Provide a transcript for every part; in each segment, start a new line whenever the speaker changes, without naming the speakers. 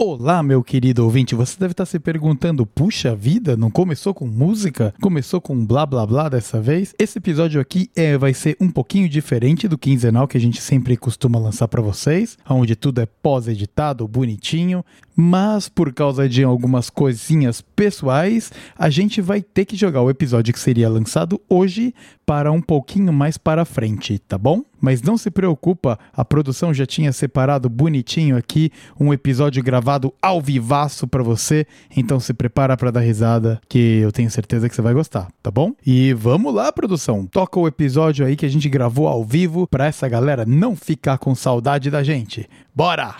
Olá, meu querido ouvinte. Você deve estar se perguntando: puxa vida, não começou com música? Começou com blá blá blá dessa vez? Esse episódio aqui é, vai ser um pouquinho diferente do quinzenal que a gente sempre costuma lançar para vocês, onde tudo é pós-editado, bonitinho. Mas por causa de algumas coisinhas pessoais, a gente vai ter que jogar o episódio que seria lançado hoje para um pouquinho mais para frente, tá bom? Mas não se preocupa, a produção já tinha separado bonitinho aqui um episódio gravado ao vivaço para você, então se prepara para dar risada, que eu tenho certeza que você vai gostar, tá bom? E vamos lá, produção, toca o episódio aí que a gente gravou ao vivo para essa galera não ficar com saudade da gente. Bora!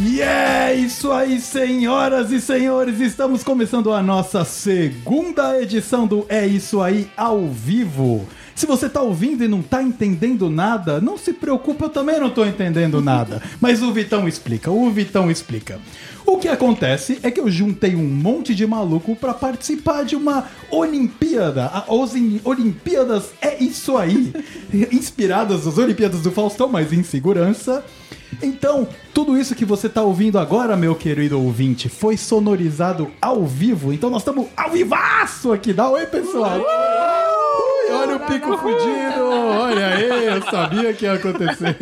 E é isso aí, senhoras e senhores, estamos começando a nossa segunda edição do É Isso Aí ao vivo. Se você tá ouvindo e não tá entendendo nada, não se preocupa, eu também não tô entendendo nada. Mas o Vitão explica, o Vitão explica. O que acontece é que eu juntei um monte de maluco pra participar de uma Olimpíada. A Osim- Olimpíadas é isso aí. Inspiradas das Olimpíadas do Faustão, mas em segurança. Então, tudo isso que você está ouvindo agora, meu querido ouvinte, foi sonorizado ao vivo. Então nós estamos ao vivaço aqui. Dá oi, pessoal! Ui, olha o pico fudido! Olha aí, eu sabia que ia acontecer.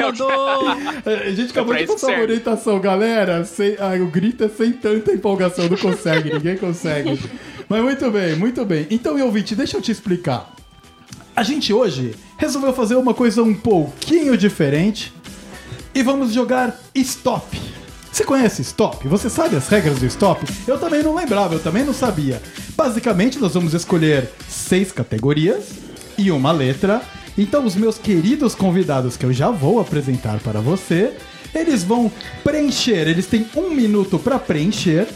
Eu dou.
A gente acabou
pra
de
isso que
passar uma
serve.
orientação, galera. Sem, ah, o grito é sem tanta empolgação, não consegue, ninguém consegue. Mas muito bem, muito bem. Então, meu ouvinte, deixa eu te explicar. A gente hoje resolveu fazer uma coisa um pouquinho diferente e vamos jogar Stop. Você conhece Stop? Você sabe as regras do Stop? Eu também não lembrava, eu também não sabia. Basicamente, nós vamos escolher seis categorias e uma letra. Então, os meus queridos convidados que eu já vou apresentar para você, eles vão preencher. Eles têm um minuto para preencher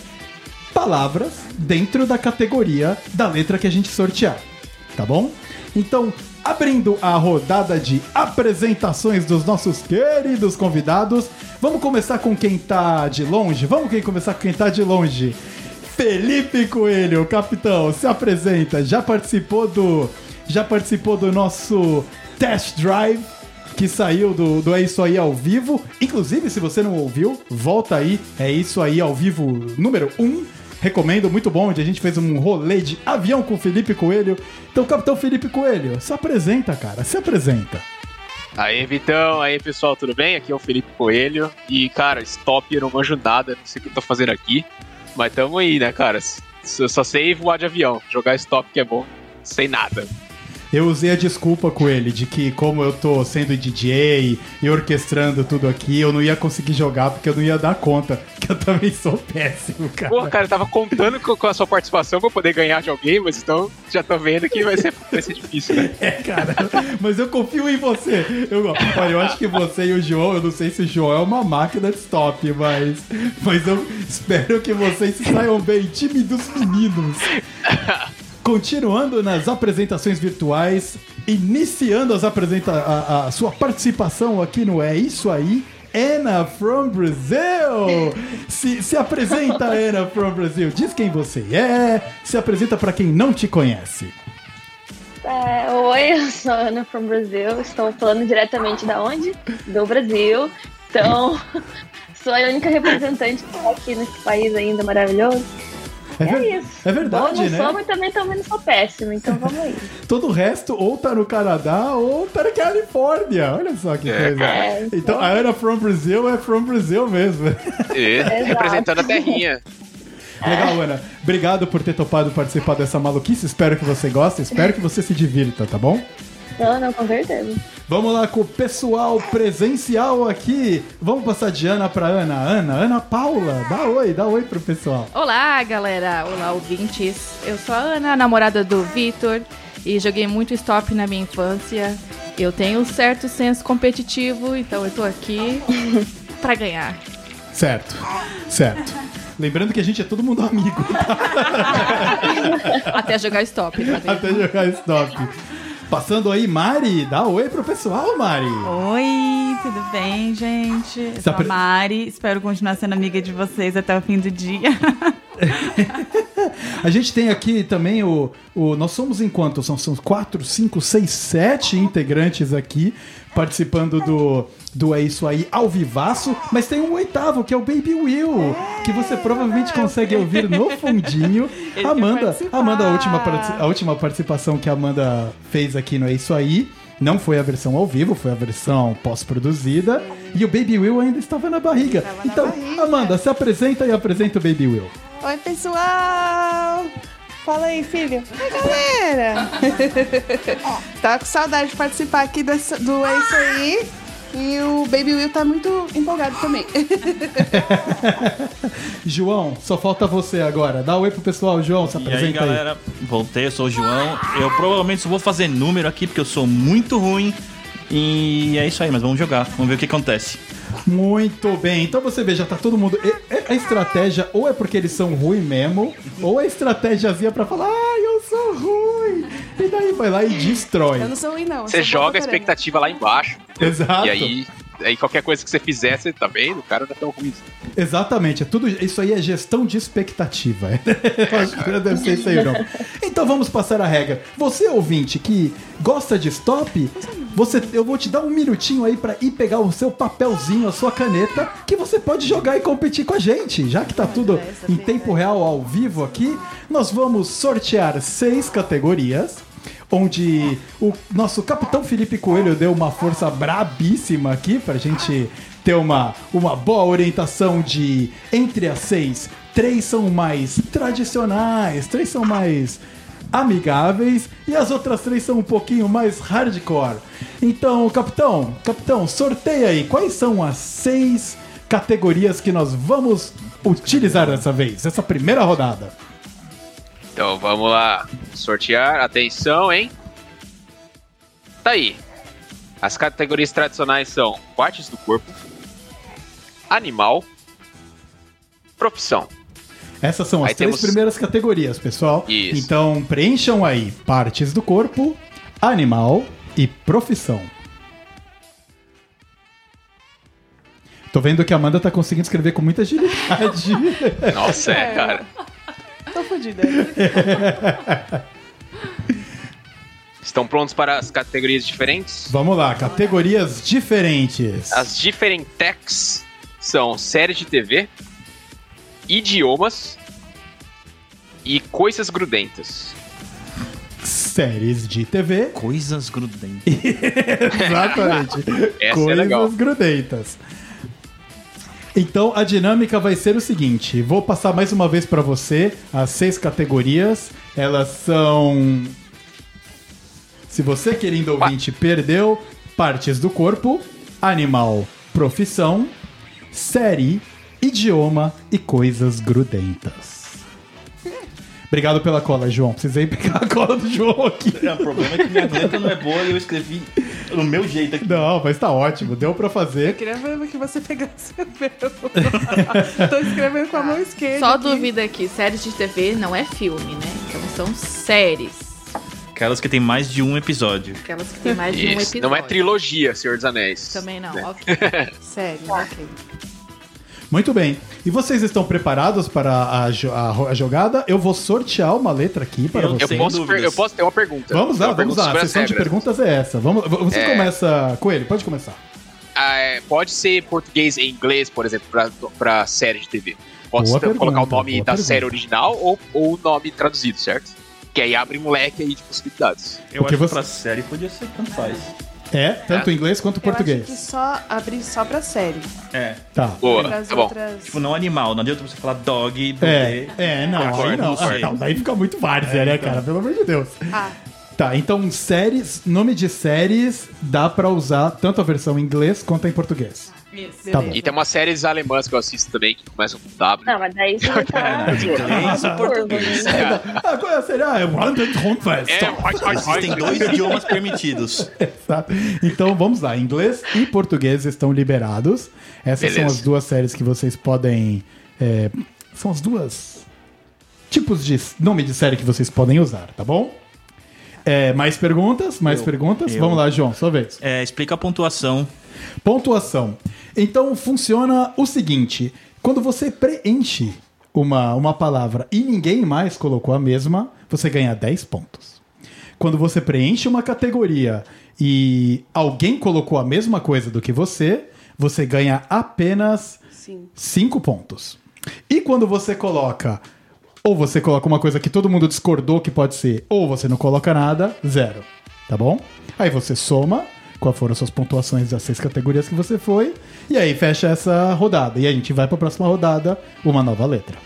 palavras dentro da categoria da letra que a gente sortear, tá bom? Então, abrindo a rodada de apresentações dos nossos queridos convidados, vamos começar com quem tá de longe. Vamos quem começar com quem tá de longe. Felipe Coelho, capitão, se apresenta. Já participou do já participou do nosso test drive que saiu do, do É Isso Aí ao vivo. Inclusive, se você não ouviu, volta aí. É Isso Aí ao vivo número 1. Recomendo, muito bom. onde A gente fez um rolê de avião com o Felipe Coelho. Então, Capitão Felipe Coelho, se apresenta, cara. Se apresenta.
Aí, Vitão, aí pessoal, tudo bem? Aqui é o Felipe Coelho. E, cara, stop, eu não manjo nada, não sei o que eu tô fazendo aqui. Mas tamo aí, né, cara? S- Eu só sei voar de avião, jogar stop que é bom, sem nada.
Eu usei a desculpa com ele de que, como eu tô sendo DJ e orquestrando tudo aqui, eu não ia conseguir jogar porque eu não ia dar conta. Que eu também sou péssimo, cara.
Pô, cara, eu tava contando com com a sua participação pra eu poder ganhar de alguém, mas então já tô vendo que vai ser, vai ser difícil, né?
É, cara. Mas eu confio em você. Eu, olha, eu acho que você e o João, eu não sei se o João é uma máquina de stop, mas, mas eu espero que vocês se saiam bem. Time dos meninos. Continuando nas apresentações virtuais, iniciando as apresenta a, a sua participação aqui no É Isso Aí, Ana from Brazil! Se, se apresenta, Ana from Brazil. Diz quem você é, se apresenta para quem não te conhece.
É, oi, eu sou a Ana from Brasil. Estou falando diretamente da onde? Do Brasil. Então, sou a única representante que tá aqui nesse país ainda maravilhoso.
É,
É,
ver-
isso.
é verdade,
Bom, eu não
né?
sou, mas também também não sou péssimo. Então vamos aí.
Todo o resto ou tá no Canadá ou tá na Califórnia. Olha só que coisa.
É,
Então
então,
a Ana from Brazil é from Brazil mesmo.
É, representando a terrinha.
Legal, Ana. Obrigado por ter topado participar dessa maluquice. Espero que você goste, espero que você se divirta, tá bom?
Então, não, não, com certeza.
Vamos lá com o pessoal presencial aqui. Vamos passar de Ana pra Ana. Ana, Ana Paula, dá oi, dá oi pro pessoal.
Olá, galera! Olá, ouvintes! Eu sou a Ana, namorada do Vitor, e joguei muito stop na minha infância. Eu tenho um certo senso competitivo, então eu tô aqui pra ganhar.
Certo, certo. Lembrando que a gente é todo mundo amigo.
Até jogar stop. pra ganhar.
Até jogar stop. Passando aí, Mari, dá um oi pro pessoal, Mari.
Oi, tudo bem, gente? Eu sou a
apre-
Mari, espero continuar sendo amiga de vocês até o fim do dia.
A gente tem aqui também o. o nós somos em quanto? São, são quatro, cinco, seis, sete integrantes aqui participando do. Do É Isso Aí ao vivaço, mas tem um oitavo, que é o Baby Will, que você provavelmente consegue ouvir no fundinho.
quer
Amanda,
participar.
Amanda a, última, parti- a última participação que a Amanda fez aqui no É Isso Aí não foi a versão ao vivo, foi a versão pós-produzida. E o Baby Will ainda estava na barriga. então, Amanda, se apresenta e apresenta o Baby Will.
Oi, pessoal! Fala aí, filho. Oi, galera! Tava com saudade de participar aqui dessa- do É Isso Aí. E o Baby Will tá muito empolgado também.
João, só falta você agora. Dá um oi pro pessoal, João, se
E aí,
apresenta aí.
galera, voltei, eu sou o João. Eu provavelmente só vou fazer número aqui porque eu sou muito ruim. E é isso aí, mas vamos jogar, vamos ver o que acontece.
Muito bem, então você vê, já tá todo mundo. e- e- A estratégia, ou é porque eles são ruins mesmo, ou a estratégiazinha pra falar, ah, eu sou ruim. E daí vai lá e destrói.
Eu não sou um ruim, não. eu sou
Você
boa
joga
pra
a
caramba.
expectativa lá embaixo.
Exato.
E aí, aí qualquer coisa que você fizer, você tá vendo? O cara não é tão ruim.
Exatamente, é tudo, isso aí é gestão de expectativa. Eu acho que não deve ser isso aí, não. Então vamos passar a regra. Você, ouvinte, que gosta de stop, você, eu vou te dar um minutinho aí pra ir pegar o seu papelzinho, a sua caneta, que você pode jogar e competir com a gente. Já que tá tudo em tempo real, ao vivo aqui, nós vamos sortear seis categorias onde o nosso capitão Felipe Coelho deu uma força brabíssima aqui pra gente ter uma, uma boa orientação de entre as seis, três são mais tradicionais, três são mais amigáveis e as outras três são um pouquinho mais hardcore. Então, capitão, capitão, sorteia aí quais são as seis categorias que nós vamos utilizar dessa vez, essa primeira rodada.
Então vamos lá. Sortear, atenção, hein? Tá aí. As categorias tradicionais são partes do corpo, animal, profissão.
Essas são as
Aí
três
temos-
primeiras categorias, pessoal.
Isso.
Então preencham aí partes do corpo, animal e profissão. Tô vendo que a Amanda tá conseguindo escrever com muita agilidade.
Nossa, é, cara.
Tô fodida.
Estão prontos para as categorias diferentes?
Vamos lá, categorias diferentes.
As diferentex são séries de TV, idiomas e coisas grudentas.
Séries de TV.
Coisas grudentas.
Exatamente.
é
Coisas
legal.
grudentas. Então a dinâmica vai ser o seguinte: vou passar mais uma vez para você as seis categorias. Elas são. Se você, querido ouvinte, perdeu, partes do corpo, animal, profissão, série, idioma e coisas grudentas. Obrigado pela cola, João. Precisei pegar a cola do João aqui.
O problema é que minha letra não é boa e eu escrevi do meu jeito aqui.
Não, mas tá ótimo. Deu para fazer.
Eu queria ver que você pegasse o meu. Tô escrevendo com a mão esquerda.
Só
aqui.
dúvida aqui, séries de TV não é filme, né? Então são séries.
Aquelas que tem mais de um episódio.
Aquelas que tem mais de um
Isso.
episódio.
Não é trilogia, Senhor dos Anéis.
Também não,
É.
ok. Sério, ok.
Muito bem. E vocês estão preparados para a, jo- a ro- a jogada? Eu vou sortear uma letra aqui para
Eu- eu
vocês.
Eu
Sem
posso,
dúvidas.
per- eu posso ter uma pergunta.
Vamos lá,
Uma
vamos
pergunta
lá. A
sobre as
sessão de
regras.
perguntas é essa. Vamos, v- você
É.
começa, Coelho, pode começar.
Ah, é, pode ser português e inglês, por exemplo, pra, pra série de TV. Pode
Boa
ser- colocar o
pergunta,
nome
boa
da
pergunta.
série original ou, ou o nome traduzido, certo? Que aí abre um leque aí de possibilidades.
Eu
Porque
acho
você-
que pra série podia ser tanto faz.
É,
Tá.
tanto inglês quanto
Eu acho que
português.
só abrir só pra série.
É.
Tá.
Boa,
Pras
tá bom.
outras-
Tipo, não animal, não adianta você falar dog, bebê.
É, é, não, aí
Concordo,
não.
não sei.
Ah, não, daí fica muito várzea, né, cara? Pelo amor de Deus.
É, então. Ah,
Tá, então séries, nome de séries dá para usar tanto a versão em inglês quanto em português.
Isso.
Tá bom.
E tem umas séries alemãs que eu assisto também, que começam com W.
Não, mas daí você tá.
Inglês ou português?
né?
É,
Ah, qual é a série? Ah, é Wanted Home Fest.
é, vai, vai, vai.
Existem dois idiomas permitidos.
Exato. Então vamos lá, inglês e português estão liberados. Essas são
Beleza.
as duas séries que vocês podem. é, são as duas tipos de s- nome de série que vocês podem usar, tá bom? É, mais perguntas, mais perguntas.
eu-
Vamos lá, João, sua vez.
É, explica a pontuação.
Pontuação. Então funciona o seguinte: quando você preenche uma, uma palavra e ninguém mais colocou a mesma, você ganha 10 pontos. Quando você preenche uma categoria e alguém colocou a mesma coisa do que você, você ganha apenas
Sim.
5 pontos. E quando você coloca, ou você coloca uma coisa que todo mundo discordou que pode ser, ou você não coloca nada, zero. Tá bom? Aí você soma qual foram as suas pontuações das seis categorias que você foi, e aí fecha essa rodada. E a gente vai pra próxima rodada, uma nova letra.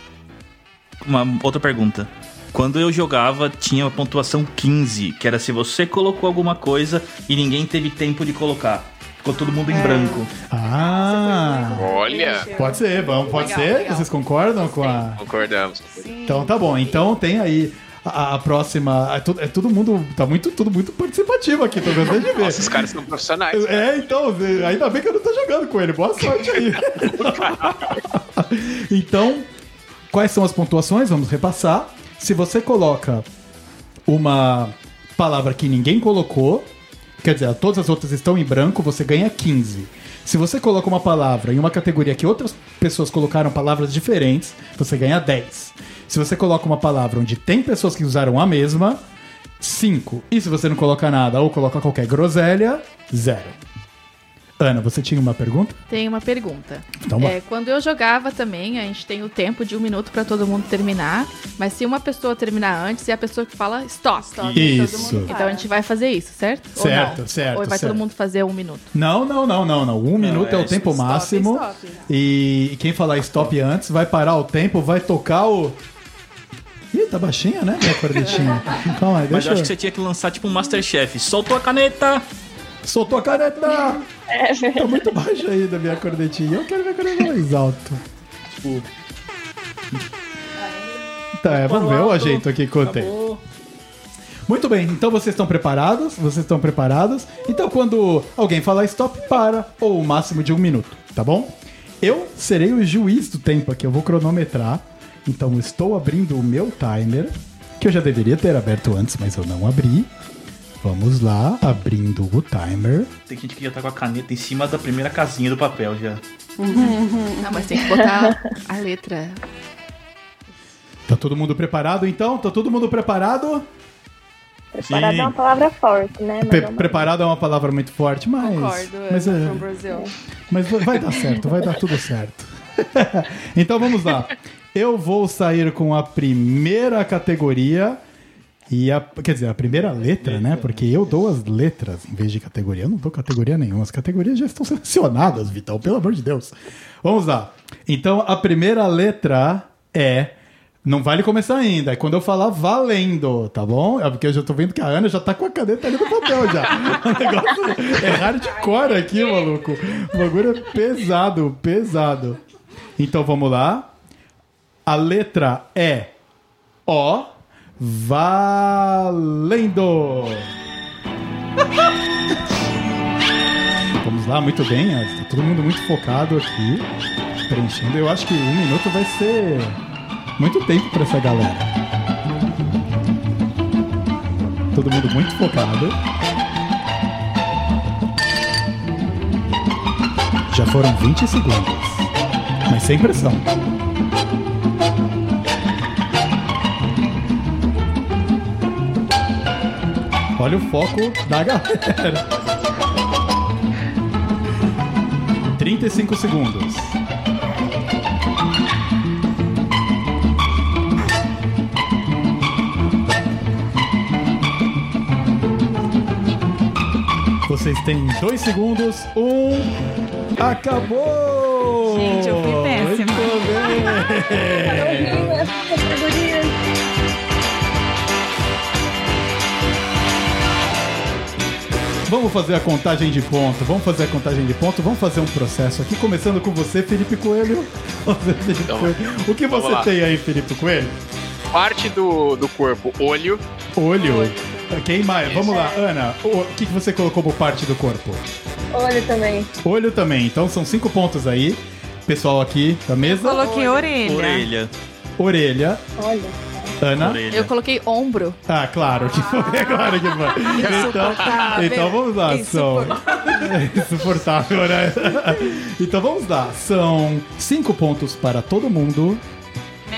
Uma outra pergunta. Quando eu jogava, tinha a pontuação 15, que era se você colocou alguma coisa e ninguém teve tempo de colocar. Ficou todo mundo em
É,
branco.
Ah!
Olha,
Pode ser, vamos, pode
Legal,
ser?
legal.
Vocês concordam com a.
concordamos.
Então tá bom, então tem aí. A a próxima. É, tu- é todo mundo. Tá muito, tudo muito participativo aqui, tô gostando de ver.
Nossa, os caras são profissionais. cara.
É, então, ainda bem que eu não tô jogando com ele. Boa sorte aí. então, quais são as pontuações? Vamos repassar. Se você coloca uma palavra que ninguém colocou, quer dizer, todas as outras estão em branco, você ganha 15. Se você coloca uma palavra em uma categoria que outras pessoas colocaram palavras diferentes, você ganha 10. Se você coloca uma palavra onde tem pessoas que usaram a mesma, 5. E se você não coloca nada ou coloca qualquer groselha, 0. Ana, você tinha uma pergunta?
Tem uma pergunta.
Então, bora.
É, quando eu jogava também, a gente tem o tempo de um minuto pra todo mundo terminar. Mas se uma pessoa terminar antes, é a pessoa que fala stop.
Isso.
Então a gente vai fazer isso, certo? Ou
Certo,
não?
certo,
Ou vai
certo.
todo mundo fazer um minuto.
Não, não, não, não, não. Um minuto é, o
é
tempo máximo. E, e quem falar stop antes vai parar o tempo, vai tocar o. Ih, tá baixinha, né? Minha cornetinha. Calma aí,
Mas
deixa
eu acho que
eu.
você tinha que lançar tipo um Masterchef. Soltou a caneta!
Soltou a caneta! Tá muito baixo aí da minha cornetinha. Eu quero ver a corneta mais alto. Tipo. Tá, é, vamos ver o ajeito aqui que eu tenho. Muito bem, então vocês estão preparados? Vocês estão preparados? Então quando alguém falar stop, para, ou o máximo de um minuto, tá bom? Eu serei o juiz do tempo aqui, eu vou cronometrar. Então eu estou abrindo o meu timer, que eu já deveria ter aberto antes, mas eu não abri. Vamos lá, abrindo o timer.
Tem gente que já tá com a caneta em cima da primeira casinha do papel já.
Não, mas tem que botar a letra.
Tá todo mundo preparado então? Tá todo mundo preparado?
Preparado
Sim.
é uma palavra forte, né? Mas
Pre-
é uma-
preparado é uma palavra muito forte, mas.
Concordo,
mas,
Ana
é-
from Brazil.
Mas vai- vai dar certo, vai dar tudo certo. então vamos lá. Eu vou sair com a primeira categoria e a, quer dizer, a primeira letra, né? Porque eu dou as letras em vez de categoria. Eu não dou categoria nenhuma. As categorias já estão selecionadas, Vital, pelo amor de Deus. Vamos lá. Então a primeira letra é não vale começar ainda, é quando eu falar valendo, tá bom? É porque eu já tô vendo que a Ana já tá com a caneta ali no papel já. O negócio é hardcore aqui, maluco. O bagulho é pesado, pesado. Então vamos lá. A letra é O. Valendo! Vamos lá, muito bem. Tá todo mundo muito focado aqui. Preenchendo. Eu acho que um minuto vai ser muito tempo pra essa galera. Todo mundo muito focado. Já foram 20 segundos. Mas sem pressão. Olha o foco da galera. 35 segundos. Vocês têm dois segundos. Um. Acabou!
Gente, eu fui péssima.
Muito bem. Vamos fazer a contagem de ponto. Vamos fazer a contagem de ponto. Vamos fazer um processo aqui, começando com você, Felipe Coelho. Você, Felipe
Então,
Coelho. O que
vamos
você
lá.
tem aí, Felipe Coelho?
Parte do, do corpo, olho,
Olho. Quem mais? Vamos lá, Ana. O que que você colocou por parte do corpo?
Olho também.
Olho também. Então são cinco pontos aí. Pessoal aqui da mesa.
Coloquei orelha.
Orelha.
Orelha.
Olha.
Ana?
Orelha.
Eu coloquei ombro.
Ah, claro, que foi agora que foi. Então,
Insuportável.
então vamos lá, são. Insuportável, né? Então vamos lá, são 5 pontos para todo mundo.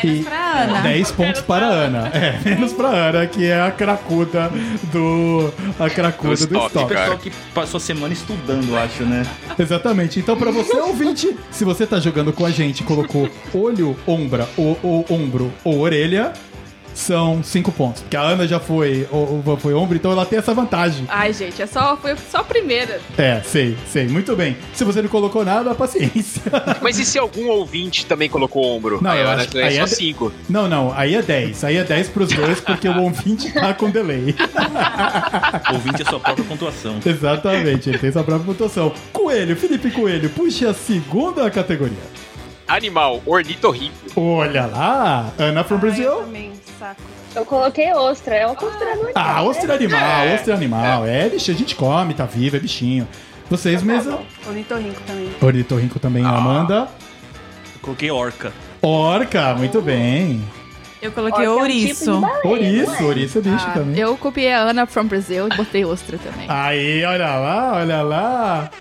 e
pra Ana.
10 pontos para a Ana. É, menos para a Ana, que é a cracuda do. A cracuda
Do
do
estoque,
estoque.
cara.
Pessoal que passou a semana estudando, eu acho, né?
Exatamente. Então, pra você, ouvinte, se você tá jogando com a gente e colocou olho, ombra, ou, ou ombro ou orelha, são cinco pontos. Porque a Ana já foi, ou, ou foi ombro, então ela tem essa vantagem.
Ai, gente, é só, foi só a primeira.
É, sei, sei. Muito bem. Se você não colocou nada, paciência.
Mas e se algum ouvinte também colocou ombro?
Não,
aí,
eu
olha,
acho-
é
aí é-
só cinco.
Não, não. Aí é 10. Aí é 10 pros dois, porque o ouvinte tá com delay.
Ouvinte é sua própria pontuação.
Exatamente. Ele tem sua própria pontuação. Coelho, Felipe Coelho, puxa a segunda categoria.
Animal, ornitorrinco.
Olha lá. Ana from Brazil.
também, saco.
Eu coloquei ostra, é uma considerada uma
Ah, ostra é animal,
É.
ostra é animal. É, bicho, a gente come, tá vivo, é bichinho. Vocês mesa.
Ornitorrinco também.
Ornitorrinco também, Amanda.
Eu coloquei orca.
Orca, muito bem.
Eu
é
é
coloquei
um
um
tipo
ouriço.
Ouriço, ouriço é bicho
Ah,
também.
eu copiei a Ana from Brazil e botei ostra também.
Aí, olha lá, olha lá.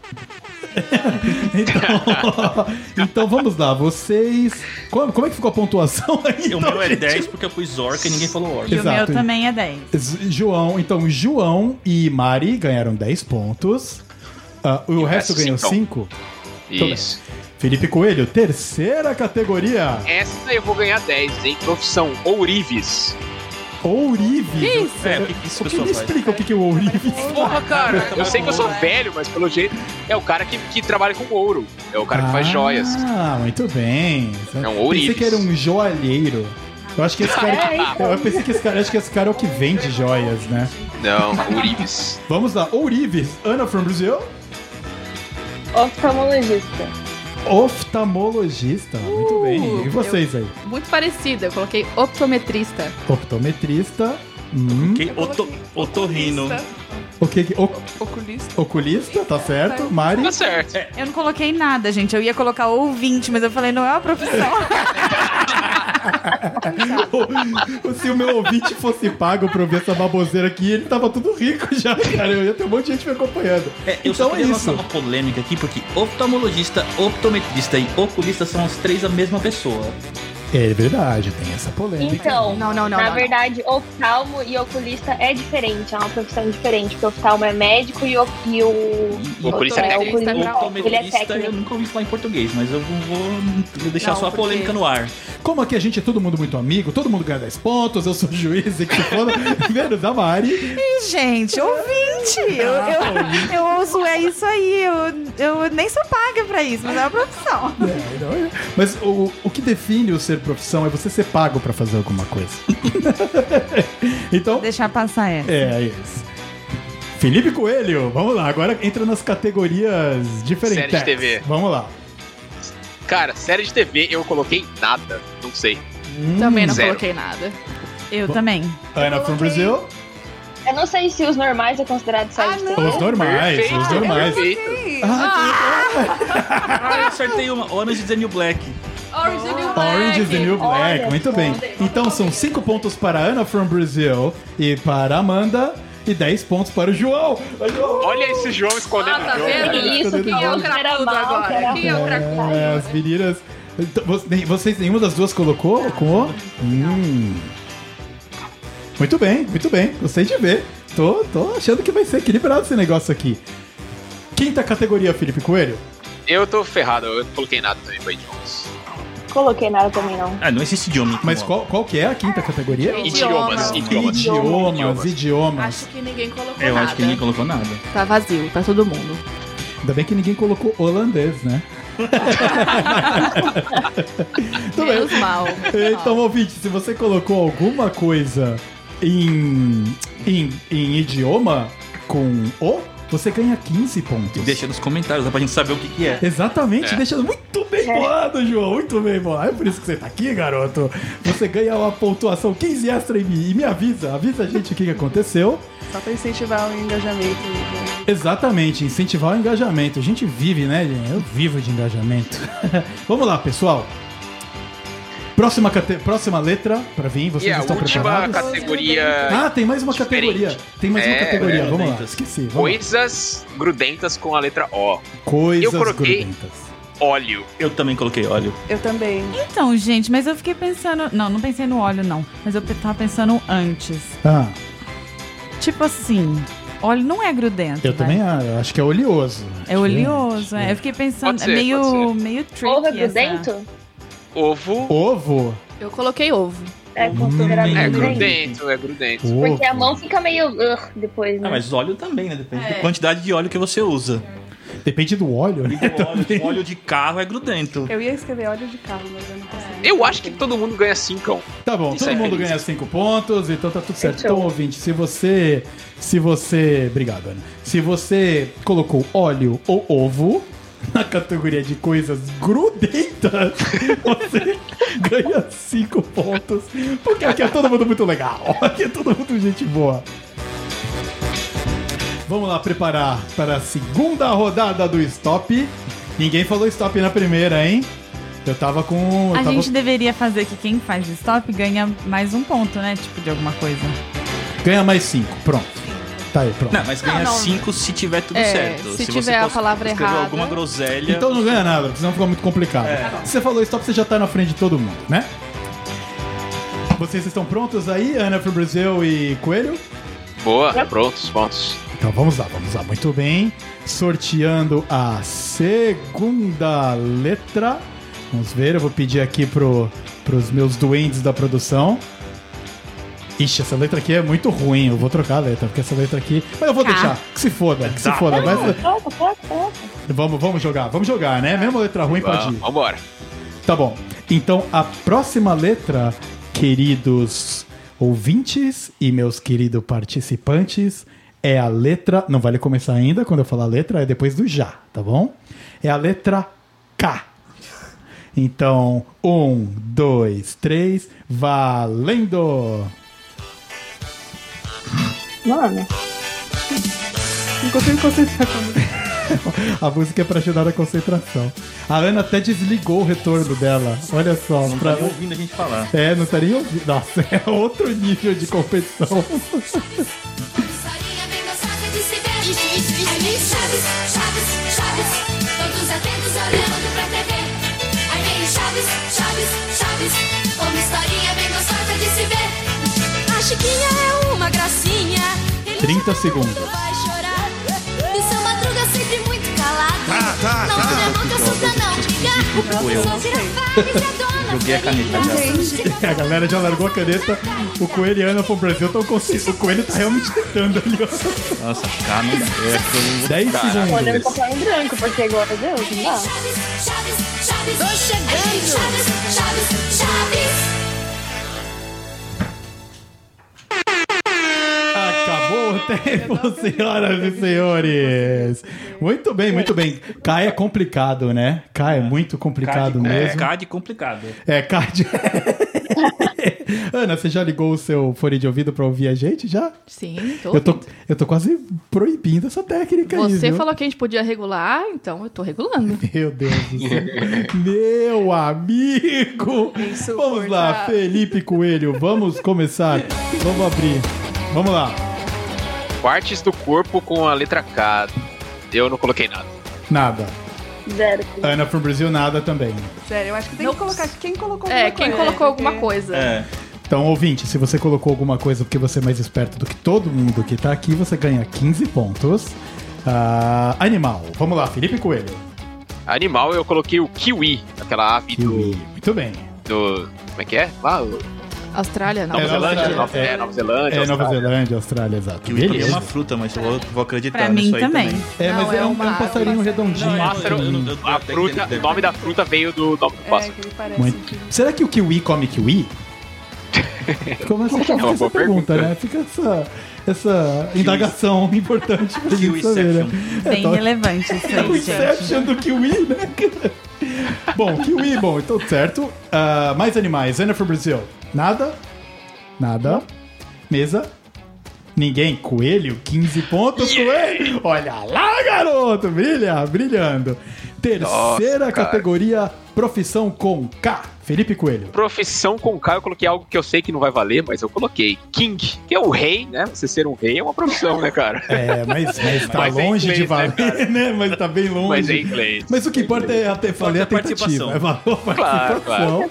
então, então vamos lá, vocês. Como, como é que ficou a pontuação aí?
O
então,
meu é
gente?
10 porque eu pus orca e ninguém falou orca.
E o meu
Exato.
também é 10.
Z- João, então João e Mari ganharam 10 pontos. Ah, o,
o
resto
resto,
ganhou 5.
cincão.
bem.
Isso.
Felipe Coelho, terceira categoria.
Essa eu vou ganhar 10, hein? Profissão, ourives.
Ourives.
Que isso?
É, o que que esse
O que
pessoal
me
faz?
explica o que, que é o ourives?
Porra, cara, eu sei que eu sou velho, mas pelo jeito é o cara que, que trabalha com ouro. É o cara que faz joias.
Ah, muito bem.
É um
Pensei
ourives.
que era um joalheiro. Eu acho que esse cara.
É, então.
Eu pensei que esse cara, acho que esse cara é o que vende joias, né?
Não, ourives.
Vamos lá, ourives. Ana from Brazil,
Oftalmologista.
oftalmologista. Muito
Uh,
bem. E vocês aí?
Muito parecida. Eu coloquei optometrista.
Optometrista. Hum.
Coloquei oto- otorrino.
O que que- o-
Oculista.
oculista, tá certo? Mari.
Tá certo.
Eu não coloquei nada, gente. Eu ia colocar ouvinte, mas eu falei, não é uma profissão.
Tá.
Se o meu ouvinte fosse pago pra ouvir essa baboseira aqui, ele tava tudo rico já, cara. Eu ia ter um monte de gente me acompanhando.
É, eu só
então é
queria lançar
isso.
uma polêmica aqui, porque oftalmologista, optometrista e oculista são as três a mesma pessoa.
É verdade, tem essa polêmica.
Então,
Não, não, não.
na
não,
verdade, oftalmo e oculista é diferente, é uma profissão diferente, porque oftalmo é médico e o, e o
E-
O oculista
é
é
o
técnico.
oculista não, ele é
Optometrista, eu
técnico.
nunca ouvi falar em português, mas eu vou, vou- vou deixar
Não,
só a
porque-
polêmica no ar.
Como aqui a gente é todo mundo muito amigo, todo mundo ganha 10 pontos, eu sou juiz e que se foda, menos a Mari. Ah,
gente, ouvinte! Eu, eu, eu ouço, é isso aí. Eu, eu nem sou paga pra isso, mas é uma profissão.
É, não é? Mas o, o que define o ser profissão é você ser pago pra fazer alguma coisa. então,
Deixar passar essa.
é isso. Felipe Coelho, vamos lá, agora entra nas categorias diferentes.
Série de TV.
Vamos lá.
Cara, série de TV eu coloquei nada. Não sei.
Também não
Zero.
coloquei nada.
Eu também.
Ana
Então,
from Brazil,
Eu não sei se os normais é
Ah,
considerado série de
então,
TV.
os normais,
Perfeito,
os normais.
perfeito.
Ah, eu acertei uma. Orange is the New Black.
Orange is the New Black,
Olha,
muito bem. Então são 5 pontos para Ana from Brazil e para Amanda e 10 pontos para o João. Vai, João!
Olha esse João escondendo
Ah, tá
o jogo.
vendo?
Isso, que
Quem é
eu
o cracudo agora? Quem é o cracudo?
É, as meninas. Então, vo- nem- Vocês, nenhuma das duas colocou? colocou? Hum. Muito bem, muito bem. Gostei de ver. Tô, tô achando que vai ser equilibrado esse negócio aqui. Quinta categoria, Felipe Coelho.
Eu tô ferrado, eu não coloquei nada também pra idiomas.
Coloquei nada também, não.
Ah, não existe idioma.
Mas
Bom,
qual, qual que é a quinta categoria?
Idiomas,
Idioma.
Idiomas,
idiomas. Idiomas.
idiomas.
Acho que ninguém colocou
Eu
nada.
acho que ninguém colocou nada.
Tá vazio pra todo mundo.
Ainda bem que ninguém colocou holandês, né? Tudo bem.
Menos mal.
Então, ouvinte, se você colocou alguma coisa em, em, em idioma com O, você ganha 15
E
pontos.
deixa nos comentários, dá pra gente saber o que, que é.
Exatamente,
É.
deixa muito bem bolado, João, muito bem bolado. É por isso que você tá aqui, garoto. Você ganha uma pontuação 15 extra em mim e me avisa, avisa a gente o que que aconteceu.
Só pra incentivar o engajamento.
Exatamente, incentivar o engajamento. A gente vive, né, gente? Eu vivo de engajamento. Vamos lá, pessoal. Próxima, cate- próxima letra pra vir, vocês
E a
estão
última
preparados?
categoria.
Ah, tem mais uma
Diferente.
categoria. Tem mais uma
É,
categoria,
é,
vamos lá.
lentas.
Esqueci. Vamos. lá.
Coisas grudentas com a letra O.
Coisas
Eu coloquei-
grudentas.
Óleo.
Eu também coloquei óleo.
Eu também.
Então, gente, mas eu fiquei pensando. Não, não pensei no óleo, não. Mas eu pe- tava pensando antes.
Ah,
Tipo assim, óleo não é grudento.
eu
né?
também ah, eu acho que é oleoso.
É oleoso, é.
É.
Eu fiquei pensando.
Pode ser,
é meio,
pode
meio tricky.
Ovo é
essa-
grudento?
Ovo.
Ovo?
Eu coloquei ovo.
É considerado
Hum,
É
grudento?
grudento, é grudento.
Ovo.
Porque a mão fica meio ugh, depois, né?
Ah, mas óleo também, né? Depende
É.
da quantidade de óleo que você usa.
Depende do óleo. né?
E
É.
o óleo, o óleo de carro é grudento.
Eu ia escrever óleo de carro, mas eu não consegui.
Eu acho que todo mundo ganha 5.
Tá bom,
Isso
todo
é
mundo
feliz.
ganha 5 pontos, então tá tudo certo.
Fechou.
Então, ouvinte, se você. Se você. Obrigado, Ana. Se você colocou óleo ou ovo na categoria de coisas grudentas, você ganha 5 pontos. Porque aqui é todo mundo muito legal. Aqui é todo mundo gente boa. Vamos lá preparar para a segunda rodada do stop. Ninguém falou stop na primeira, hein? Eu tava com. eu
A
tava
gente deveria fazer que quem faz stop ganha mais um ponto, né? Tipo, de alguma coisa.
Ganha mais 5, pronto. Tá aí, pronto.
Não, mas ganha
Ah, Não, não.
5 se tiver tudo
É,
certo.
se
você
tiver a
pos-
palavra
escreveu
errada.
alguma groselha.
Então não ganha nada, porque senão fica muito complicado. Se você falou stop, você já tá na frente de todo mundo, né? Vocês estão prontos aí, Ana pro Brasil e Coelho? É.
Boa, prontos, pontos.
Então vamos lá, vamos lá, muito bem. Sorteando a segunda letra. Vamos ver, eu vou pedir aqui pro, pros meus duendes da produção. Ixi, essa letra aqui é muito ruim, eu vou trocar a letra, porque essa letra aqui. Mas eu vou deixar, que se foda, que se
Tá.
foda. Vai,
Coloca, coloca, coloca.
Vamos, vamos jogar, vamos jogar, né? Mesmo letra ruim pode
Vamos,
ir.
vambora.
Tá bom. Então a próxima letra, queridos ouvintes e meus queridos participantes, é a letra. Não vale começar ainda quando eu falar a letra, é depois do já, tá bom? É a letra K. Então, um, dois, três, valendo!
Mano,
Não consigo concentrar com você.
A música é pra ajudar a concentração. A Ana até desligou o retorno dela. Olha só,
Não tá
pra,
nem ouvindo a gente falar.
É, não tá nem ouvindo. Nossa, é outro nível de competição.
Historinha bem gostada de se ver. Isso, isso, isso. Aí vem Chaves, Chaves, Chaves. Todos atentos olhando pra TV. Aí vem Chaves, Chaves, Chaves. Uma historinha bem gostosa de se ver. A Chiquinha é uma gracinha. Ele
30
chega,
segundos.
todo mundo Vai chorar. E seu Madruga sempre muito calado. não tá, abre a boca só pra não brigar.
Tipo, eu.
Só vira vibes e a dona
Joguei a caneta
Florinda.
A galera já largou a caneta. O Coelho e a Ana pro Brasil estão conseguindo. O Coelho tá realmente tentando ali, ó.
Nossa, cara, não é que eu vou
10
Caraca.
olhando
segundos.
pra falar em branco, porque glória a Deus, não dá.
Chaves, Chaves, Chaves. Tô chegando. Chaves, Chaves, Chaves.
Acabou o tempo, senhoras e senhores. Muito bem, muito bem. K é complicado, né? K é muito complicado mesmo.
Cade complicado.
É, card. Ana, você já ligou o seu fone de ouvido pra ouvir a gente já?
Sim, tô.
Eu tô, eu tô quase proibindo essa técnica aí,
Você
viu?
falou que a gente podia regular, então eu tô regulando.
Meu Deus do céu. Meu amigo! Vamos lá, Felipe Coelho, vamos começar. Vamos abrir. Vamos lá.
Partes do corpo com a letra K. Eu não coloquei nada.
Nada.
Zero.
Ana from Brasil, nada também.
Sério, eu acho que tem que colocar quem colocou
É,
alguma
quem
coisa, né?
colocou
porque-
alguma coisa.
É.
Então, ouvinte, se você colocou alguma coisa porque você é mais esperto do que todo mundo que tá aqui, você ganha 15 pontos. Ah, animal. Vamos lá, Felipe Coelho.
Animal, eu coloquei o kiwi, aquela ave do,
Kiwi. Muito bem.
do. Como é que é? Lá, o-
Austrália, não.
Nova
É,
Zelândia?
Austrália.
Nova,
É.
é, Nova Zelândia.
É Nova
Austrália.
Zelândia, Austrália, exato.
Kiwi também é
Beleza.
uma fruta, mas eu vou, vou acreditar
Pra mim
nisso Tá, aí
também.
É, mas
Não,
é,
é
um,
uma-
é um passarinho
um passarinho.
redondinho.
Não, é um
assim.
pássaro- eu não-
A fruta, o nome da fruta veio do nome do
É,
pássaro.
que parece
Muito.
que...
Será que o kiwi come kiwi? Como essa,
É uma
essa
boa
pergunta,
pergunta.
né? Fica essa, essa indagação importante pra gente saber,
Kiwiception.
né?
Bem
tá-
relevante isso
É o
aí, gente.
inception do kiwi, né? cara? bom, kiwi, bom, então certo. Ah, mais animais. Ana for Brasil. Nada? Nada. Mesa? Ninguém. Coelho, 15 pontos, coelho. Olha lá, garoto. Brilha, brilhando. Terceira
Nossa, cara.
categoria, profissão com K. Felipe Coelho.
Profissão com K, eu coloquei algo que eu sei que não vai valer, mas eu coloquei. King, que é o rei, né? Você ser um rei é uma profissão, né, cara?
É, mas, mas tá
Mas é
longe de
inglês, né,
valer,
cara?
né? Mas tá bem longe.
Mas em inglês.
Mas o que importa é até falei a
Importa a
tentativa. É valor,
Claro,
participação.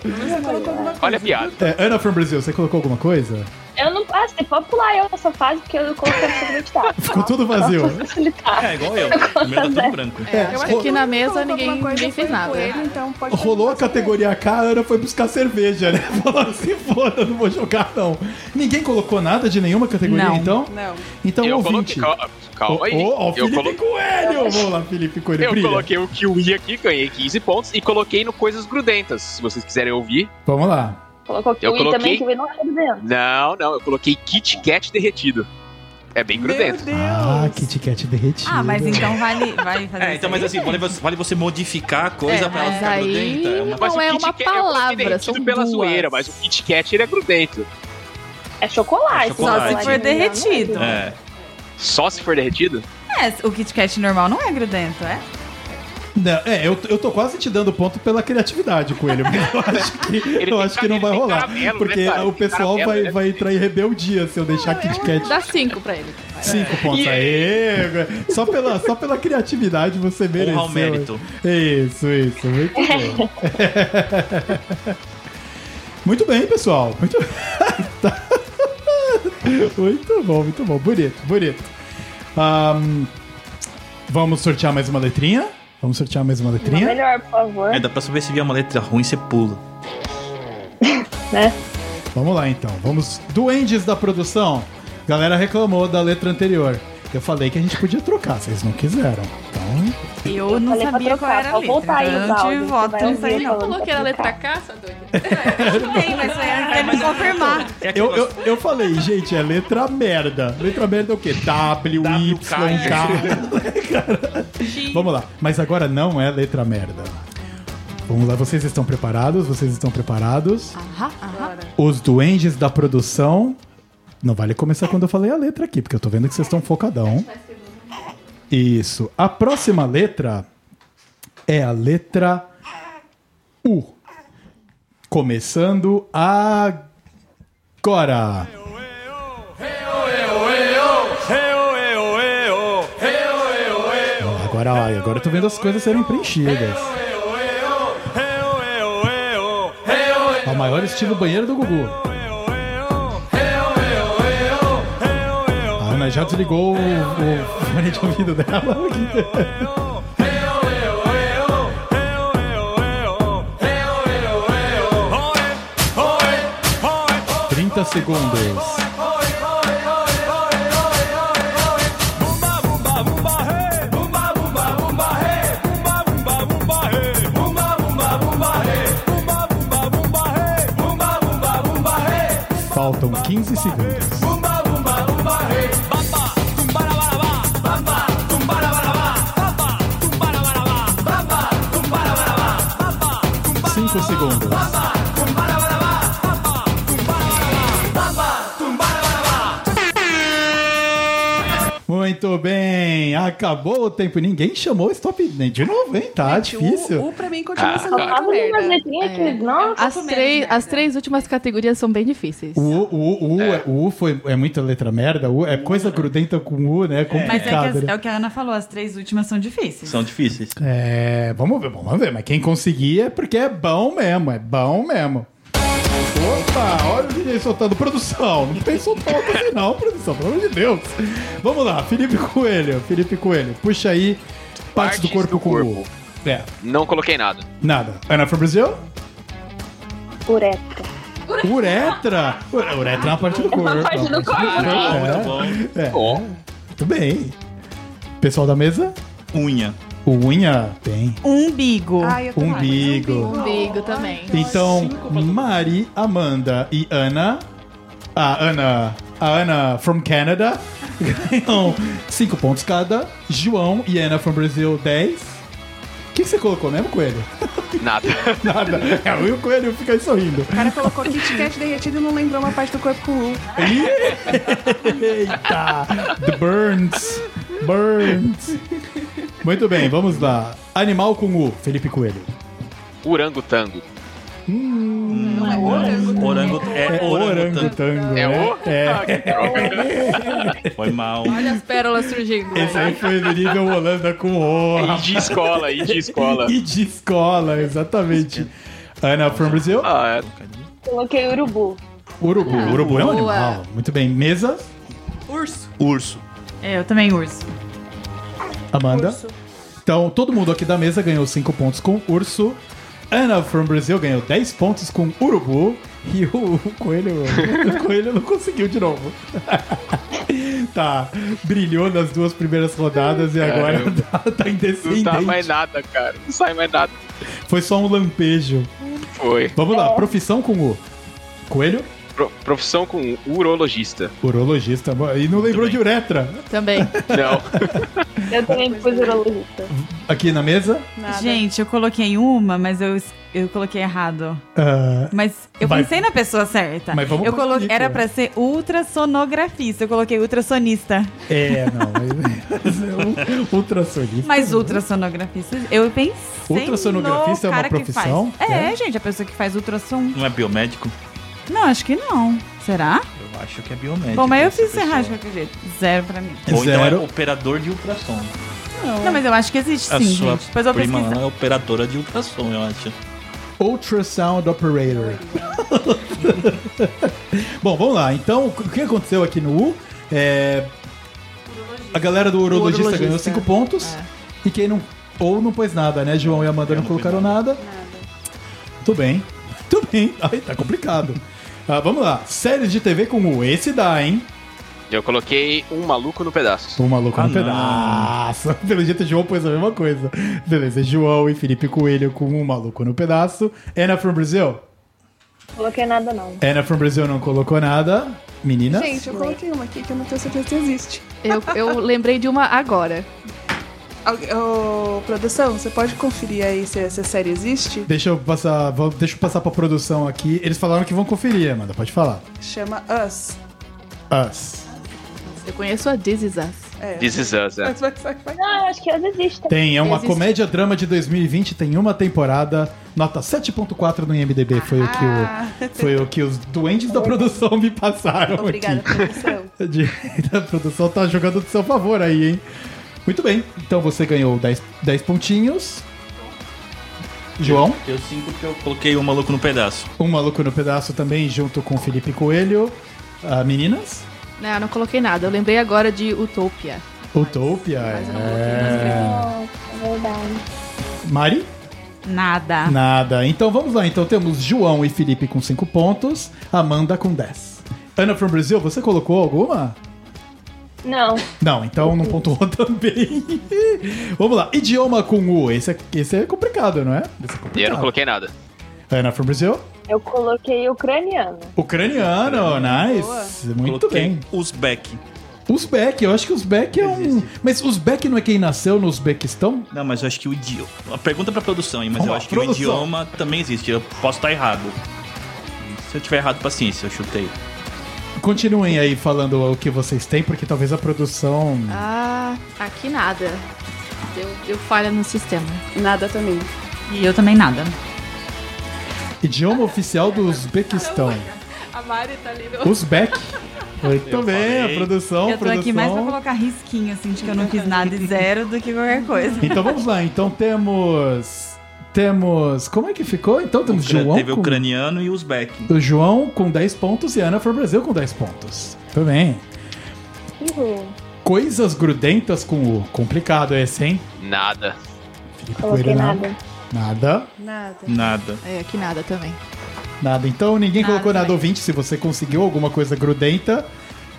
Olha a piada.
É, Ana from Brasil, você colocou alguma coisa?
Eu não. Ah, você pode pular eu essa fase, porque eu coloquei absolutamente nada.
Ficou tudo vazio.
Facilitar.
É, igual eu. O meu tá tudo branco.
É,
Eu acho que aqui na mesa
Colocou
ninguém,
alguma coisa,
ninguém fez
foi
nada.
coelho, então pode
Rolou a
fazer.
categoria K, a Ana foi buscar cerveja, né? Falou, se foda, eu não vou jogar, não. Ninguém colocou nada de nenhuma categoria,
Não.
então?
Não.
Então,
eu
ouvinte.
coloquei. Calma, calma aí.
Ô, ô, ô,
eu
Felipe
coloquei.
Coelho! Vamos lá, Felipe Coelho,
Eu
brilha.
coloquei o Kiwi aqui, ganhei 15 pontos e coloquei no Coisas Grudentas. Se vocês quiserem ouvir.
Vamos lá.
Colocou
Eu
Kiwi
coloquei-
também, que não é era dentro.
Não, não, eu coloquei Kit Kat derretido. É bem
Meu
grudento.
Ah,
Deus.
Kit Kat derretido.
Ah, mas então vale, vai fazer
É, então, mas
isso
assim,
aí?
vale você, vale você modificar a coisa
É,
pra ela
mas
ficar
aí-
grudenta. É uma...
Mas
Não
o
é
Kit
uma
Kat- eu coloquei
palavra,
derretido
são
pela
duas.
zoeira, mas o Kit Kat ele é grudento.
É chocolate.
É chocolate.
não,
Só se for
não é
derretido.
É.
Só se for derretido?
É, o Kit Kat normal não é grudento, é?
Não, é, eu, eu tô quase te dando ponto pela criatividade, Coelho. Mas eu acho que,
Ele
eu
tem
acho que não
cara-
vai
ele tem
rolar.
caramelo,
porque
né, cara?
o
Ele tem
pessoal
caramelo,
vai,
né?
vai entrar em rebeldia se eu deixar Kit Kat.
Dá cinco pra ele.
Cinco pontos aí. velho. Só pela, só pela criatividade você mereceu.
Honra ao mérito.
Isso, isso. Muito bem. muito bem, pessoal. Muito... Tá. muito bom, muito bom. Bonito, bonito. Ahn, vamos sortear mais uma letrinha? Vamos sortear mais uma
Uma
letrinha?
melhor, por favor.
É, dá pra saber se vier uma letra ruim, você pula.
Né?
Vamos lá, então. Vamos. Duendes da produção. Galera reclamou da letra anterior. Eu falei que a gente podia trocar, vocês não quiseram. Então,
Eu,
Eu
não
falei pra
sabia qual era
trocar,
a
só
letra.
voltar aí os
então eu te
áudios, você
voto
vai
nisso aí,
ouvir
não.
falando.
Falou que era letra K, sua doida.
Tudo bem, mas eu quero me confirmar.
É aquele
Eu, eu,
negócio-
eu falei, gente, é letra merda. Letra merda é o quê? W, Y, K. né? Vamos lá. Mas agora não é letra merda. Vamos lá, vocês estão preparados? Vocês estão preparados? Os duendes da produção. Não vale começar quando eu falei a letra aqui, porque eu tô vendo que vocês estão focadão. Isso. A próxima letra é a letra U. Começando agora. Ó, Agora, ó, agora eu tô vendo as coisas serem preenchidas. Ó, É O maior estilo banheiro do Gugu. A Ana já desligou o, o fone de ouvido dela. Trinta segundos. Faltam 15 segundos. Cinco segundos. Muito bem, acabou o tempo. Ninguém chamou o stop nem de novo, hein? Tá difícil.
O, o pra mim continua sendo
Faltava
muito
umas
merda.
letrinhas
É.
que, nossa,
As três, as três últimas categorias são bem difíceis.
O, o, o, o, é. o U foi, é muita letra merda. O é coisa grudenta com U,
Mas
né? É
é, que
complicado.
as- é
né?
o que a Ana falou, as três últimas são difíceis.
São difíceis.
É, vamos ver, vamos ver. Mas quem conseguir é porque é bom mesmo, é bom mesmo. Opa, olha o DJ soltando produção. Não tem soltão assim não, produção, pelo amor de Deus. Vamos lá, Felipe Coelho, Felipe Coelho, puxa aí partes,
Partes
do corpo
do
com
corpo.
U. É,
Não coloquei nada.
nada. Ana for Brasil?
uretra.
Uretra! Ure- Uretra é uma parte do corpo.
uma parte do corpo.
Muito
É,
bom.
é,
Ó,
muito bem. Pessoal da mesa?
Unha.
Unha? Tem.
Um Umbigo.
Ai, eu tô mal.
Umbigo.
Umbigo também.
Então, Mari, Amanda e Ana. A Ana. A Ana from Canada. Ganham 5 pontos cada. João e Ana from Brazil, 10. O que, que você colocou mesmo, Coelho?
Nada.
Nada. É, o Will Coelho fica aí sorrindo.
O cara colocou Kit Kat derretido e não lembrou uma parte do corpo com o U.
Eita! The Burns! Burns! Muito bem, vamos lá. Animal com U, Felipe Coelho.
Orangotango.
Não é orango.
Orango... É, orangotango.
orangotango. né?
É o? Ah, que droga.
Foi mal.
Olha as pérolas surgindo.
Esse aí foi do nível Holanda com O.
E de escola, e de escola.
E de escola, exatamente. Ana from Brazil.
Ah,
Coloquei urubu.
Urubu. Urubu é um
boa.
animal. Muito bem. Mesa.
Urso.
É, eu também urso.
Amanda. Então, todo mundo aqui da mesa ganhou 5 pontos com urso. Ana from Brazil ganhou 10 pontos com urubu. E o, o coelho. O coelho não conseguiu de novo. tá. Brilhou nas duas primeiras rodadas e agora
Caramba.
tá, tá
não
indescendente.
tá mais nada, cara. Não sai mais nada.
Foi só um lampejo.
Foi.
Vamos lá. Profissão com o coelho.
Pro- profissão com urologista.
Urologista. E não lembrou
bem.
de uretra.
Também.
Não.
Eu também pus
é.
urologista.
Aqui na mesa.
Gente, eu coloquei uma, mas eu, es- eu coloquei errado.
Ah,
Mas eu
Vai.
pensei na pessoa certa.
Mas vamos
eu colo...
prosseguir,
Era
pô.
pra ser ultrassonografista, eu coloquei ultrassonista.
é, não. Mas é um ultrassonista.
Mas ultrassonografista, eu pensei
Ultrassonografista é
no
uma
cara que
profissão?
faz. É,
É?
gente, a pessoa que faz ultrassom.
Não é biomédico?
Não, acho que não. Será?
Eu acho que é biomédico.
Bom, mas eu
essa
fiz errado de
pessoa.
qualquer jeito. Zero pra mim.
Ou então é
Zero.
operador de ultrassom.
Não, mas eu acho que existe
a
sim,
sua
gente. Depois eu vou
prima
pesquisar.
lá é operadora de ultrassom, eu acho.
Ultrasound Operator. Bom, vamos lá. Então, o que aconteceu aqui no U? É, a galera do urologista,
Urologista.
ganhou 5 pontos. E quem não. Ou não pôs nada, né? João e Amanda
Eu
não,
não pus
colocaram nada. Tudo bem. Tudo bem. Ai, tá complicado. Ah, vamos lá. Séries de TV com U. Esse dá, hein?
Eu coloquei um maluco no pedaço.
O maluco
Ah,
no pedaço. Pelo jeito, o João pôs a mesma coisa. Beleza, João e Felipe Coelho com o maluco no pedaço. Ana from Brazil?
Coloquei nada, não.
Ana from Brazil não colocou nada. Meninas?
Gente, eu coloquei uma aqui que eu não tenho certeza se existe.
Eu, eu lembrei de uma agora.
Algu- Ô, produção, você pode conferir aí se essa série existe?
Deixa eu passar. vou- Deixa eu passar pra produção aqui. Eles falaram que vão conferir, Amanda. Pode falar.
Chama Us.
Us.
Eu conheço a This Is Us.
É.
This is us, é.
Vai, vai, vai, vai.
Ah, eu acho que elas existem.
Tem, é uma
Existe.
comédia-drama de 2020, tem uma temporada, nota 7.4 no IMDB, foi o que
Ah.
o, foi o que os duendes da produção me passaram aqui.
Obrigada, produção.
De- A produção tá jogando do seu favor aí, hein? Muito bem. Então você ganhou 10, 10 pontinhos. João,
Eu sinto que eu coloquei o maluco no pedaço.
um maluco no pedaço também, junto com Felipe Coelho. Ah, meninas,
Não, não coloquei nada. Eu lembrei agora de Utopia.
Utopia.
um
É...
Nossa, verdade.
Mari?
Nada.
Nada. Então vamos lá. Então temos João e Felipe com 5 pontos, Amanda com 10. Ana from Brazil, você colocou alguma?
Não,
Não, então não pontuou também. vamos lá. Idioma com U. Esse é, esse é complicado, não é? Esse é complicado.
E
Tá.
eu não coloquei nada.
Ana from Brazil?
eu coloquei ucraniano.
Ucraniano, nice. Muito
coloquei
bem.
Uzbek.
Uzbek, eu acho que Uzbek é um. Mas Uzbek não é quem nasceu no Uzbequistão?
Não, mas eu acho que o idioma. Pergunta pra produção aí, mas
Vamos
eu
lá,
acho que o
produção.
idioma também existe. Eu posso estar errado. Se eu tiver errado, paciência, eu chutei.
Continuem aí falando o que vocês têm, porque talvez a produção.
Ah, aqui nada. Deu, deu falha no sistema.
Nada também.
E eu também nada.
Idioma oficial do Uzbequistão.
A Mari tá ali.
Uzbek. Muito
Eu
bem, a
falei.
produção.
eu tô aqui mais pra
produção.
colocar risquinho, assim, de que eu não fiz nada e zero do que qualquer coisa.
Então vamos lá, então temos. Temos. Como é que ficou? Então temos
Ucra-
João.
Teve
com...
ucraniano e Uzbek.
O João com 10 pontos e a Ana for Brasil com 10 pontos. Tudo bem.
Uhul.
Coisas grudentas com o. Complicado esse, hein?
Nada.
Coloquei
Coelho, não.
nada.
Nada.
Nada.
Nada.
É, aqui nada também.
Nada. Então ninguém
Nada
colocou nada
também.
ouvinte. Se você conseguiu alguma coisa grudenta,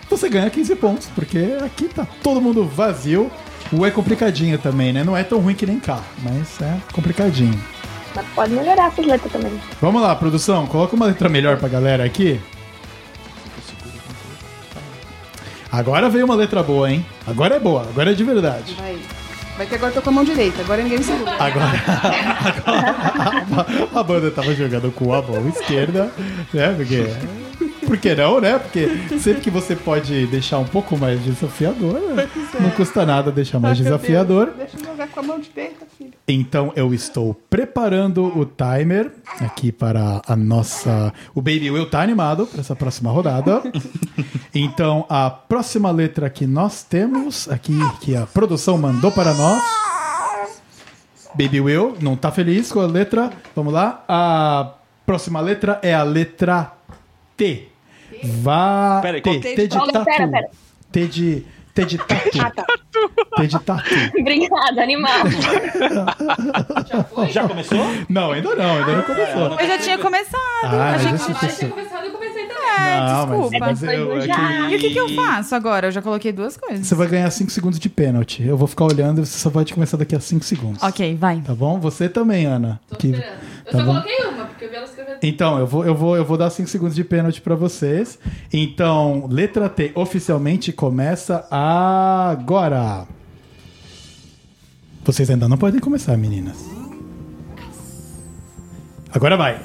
você ganha 15 pontos, porque aqui tá todo mundo vazio. O é complicadinho também, né? Não é tão ruim que nem cá, mas é complicadinho.
Mas pode melhorar essas letras também.
Vamos lá, produção, coloca uma letra melhor pra galera aqui. Agora veio uma letra boa, hein? Agora é boa, agora é de verdade.
Vai.
Vai que agora eu tô com a mão direita, agora ninguém me segura.
Ah,
Agora, agora a, banda tava jogando com a mão esquerda, né? Porque. Por que não, né? Porque sempre que você pode deixar um pouco mais desafiador, né? não custa nada deixar mais desafiador.
Deixa eu jogar com a mão direita, filho.
Então eu estou preparando o timer aqui para a nossa. O Baby Will tá animado para essa próxima rodada. Então a próxima letra que nós temos aqui, que a produção mandou para nós. Baby Will não tá feliz com a letra. Vamos lá. A próxima letra é a letra T. Vá.
Peraí,
T,
qual-
T de
Olha,
tatu.
pera, pera.
T de. T de tatu. T de tatu.
Obrigada, animal.
Já começou?
Não, ainda não,
Ah,
ainda não começou.
Eu já tinha começado.
Ah,
a
mas
gente...
esse texto-
começado, eu comecei também.
É,
Não, mas-
desculpa.
mas
Depois
eu-
do
é
já.
E o que, que eu faço agora? Eu já coloquei duas coisas.
Você vai ganhar 5 segundos de pênalti. Eu vou ficar olhando e você só vai te começar daqui a 5 segundos.
Ok, vai.
Tá bom? Você também, Ana. Que-
Eu
Tá
só
bom.
coloquei uma, porque eu vi ela escrevendo.
Então, eu vou, eu vou, eu vou dar 5 segundos de pênalti pra vocês. Então, letra T oficialmente começa agora. Vocês ainda não podem começar, meninas. Agora vai.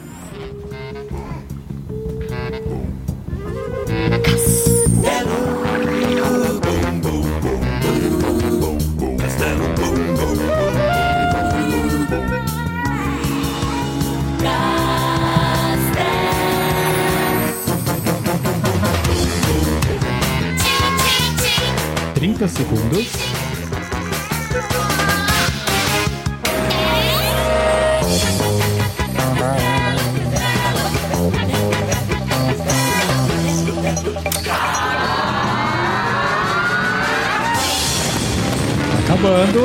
Tim, tim, tim.
30 segundos. Acabando.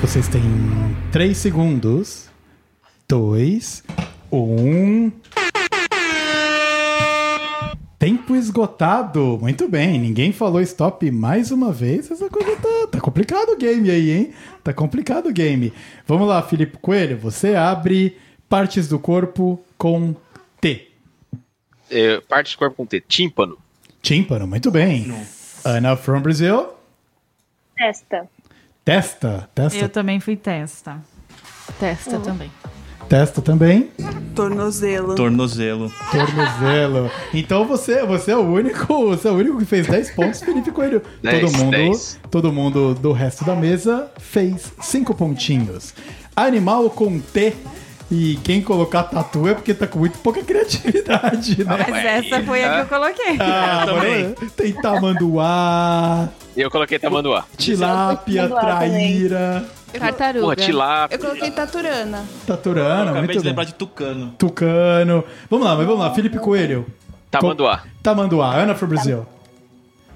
Vocês têm 3 segundos. um. 2, 1. Tempo esgotado. Muito bem. Ninguém falou stop mais uma vez. Essa coisa tá, tá complicado o game aí, hein? Tá complicado o game. Vamos lá, Filipe Coelho. Você abre partes do corpo com T.
É, parte do corpo com T. Tímpano.
Tímpano. Muito bem. Ana from Brazil.
Testa.
Testa. Testa.
Eu também fui testa.
Testa também.
Testa também.
Tornozelo.
Tornozelo.
Tornozelo. Então você, você é o único, você é o único que fez 10 pontos, Felipe Coelho.
Dez,
todo mundo,
dez.
todo mundo do resto da mesa fez 5 pontinhos. Animal com T. E quem colocar tatu é porque tá com muito pouca criatividade, né?
Mas essa foi a que eu coloquei.
Ah,
também.
mano, Tem tamanduá,
E eu coloquei tamanduá.
tilápia,
Tamanduá também.
traíra,
Tartaruga.
Porra, tilápia.
Eu coloquei taturana.
taturana,
Acabei
muito
de
bem.
lembrar de Tucano.
Tucano. Vamos lá, mas vamos lá. Felipe Coelho,
Tamanduá.
tamanduá, Ana for Brasil.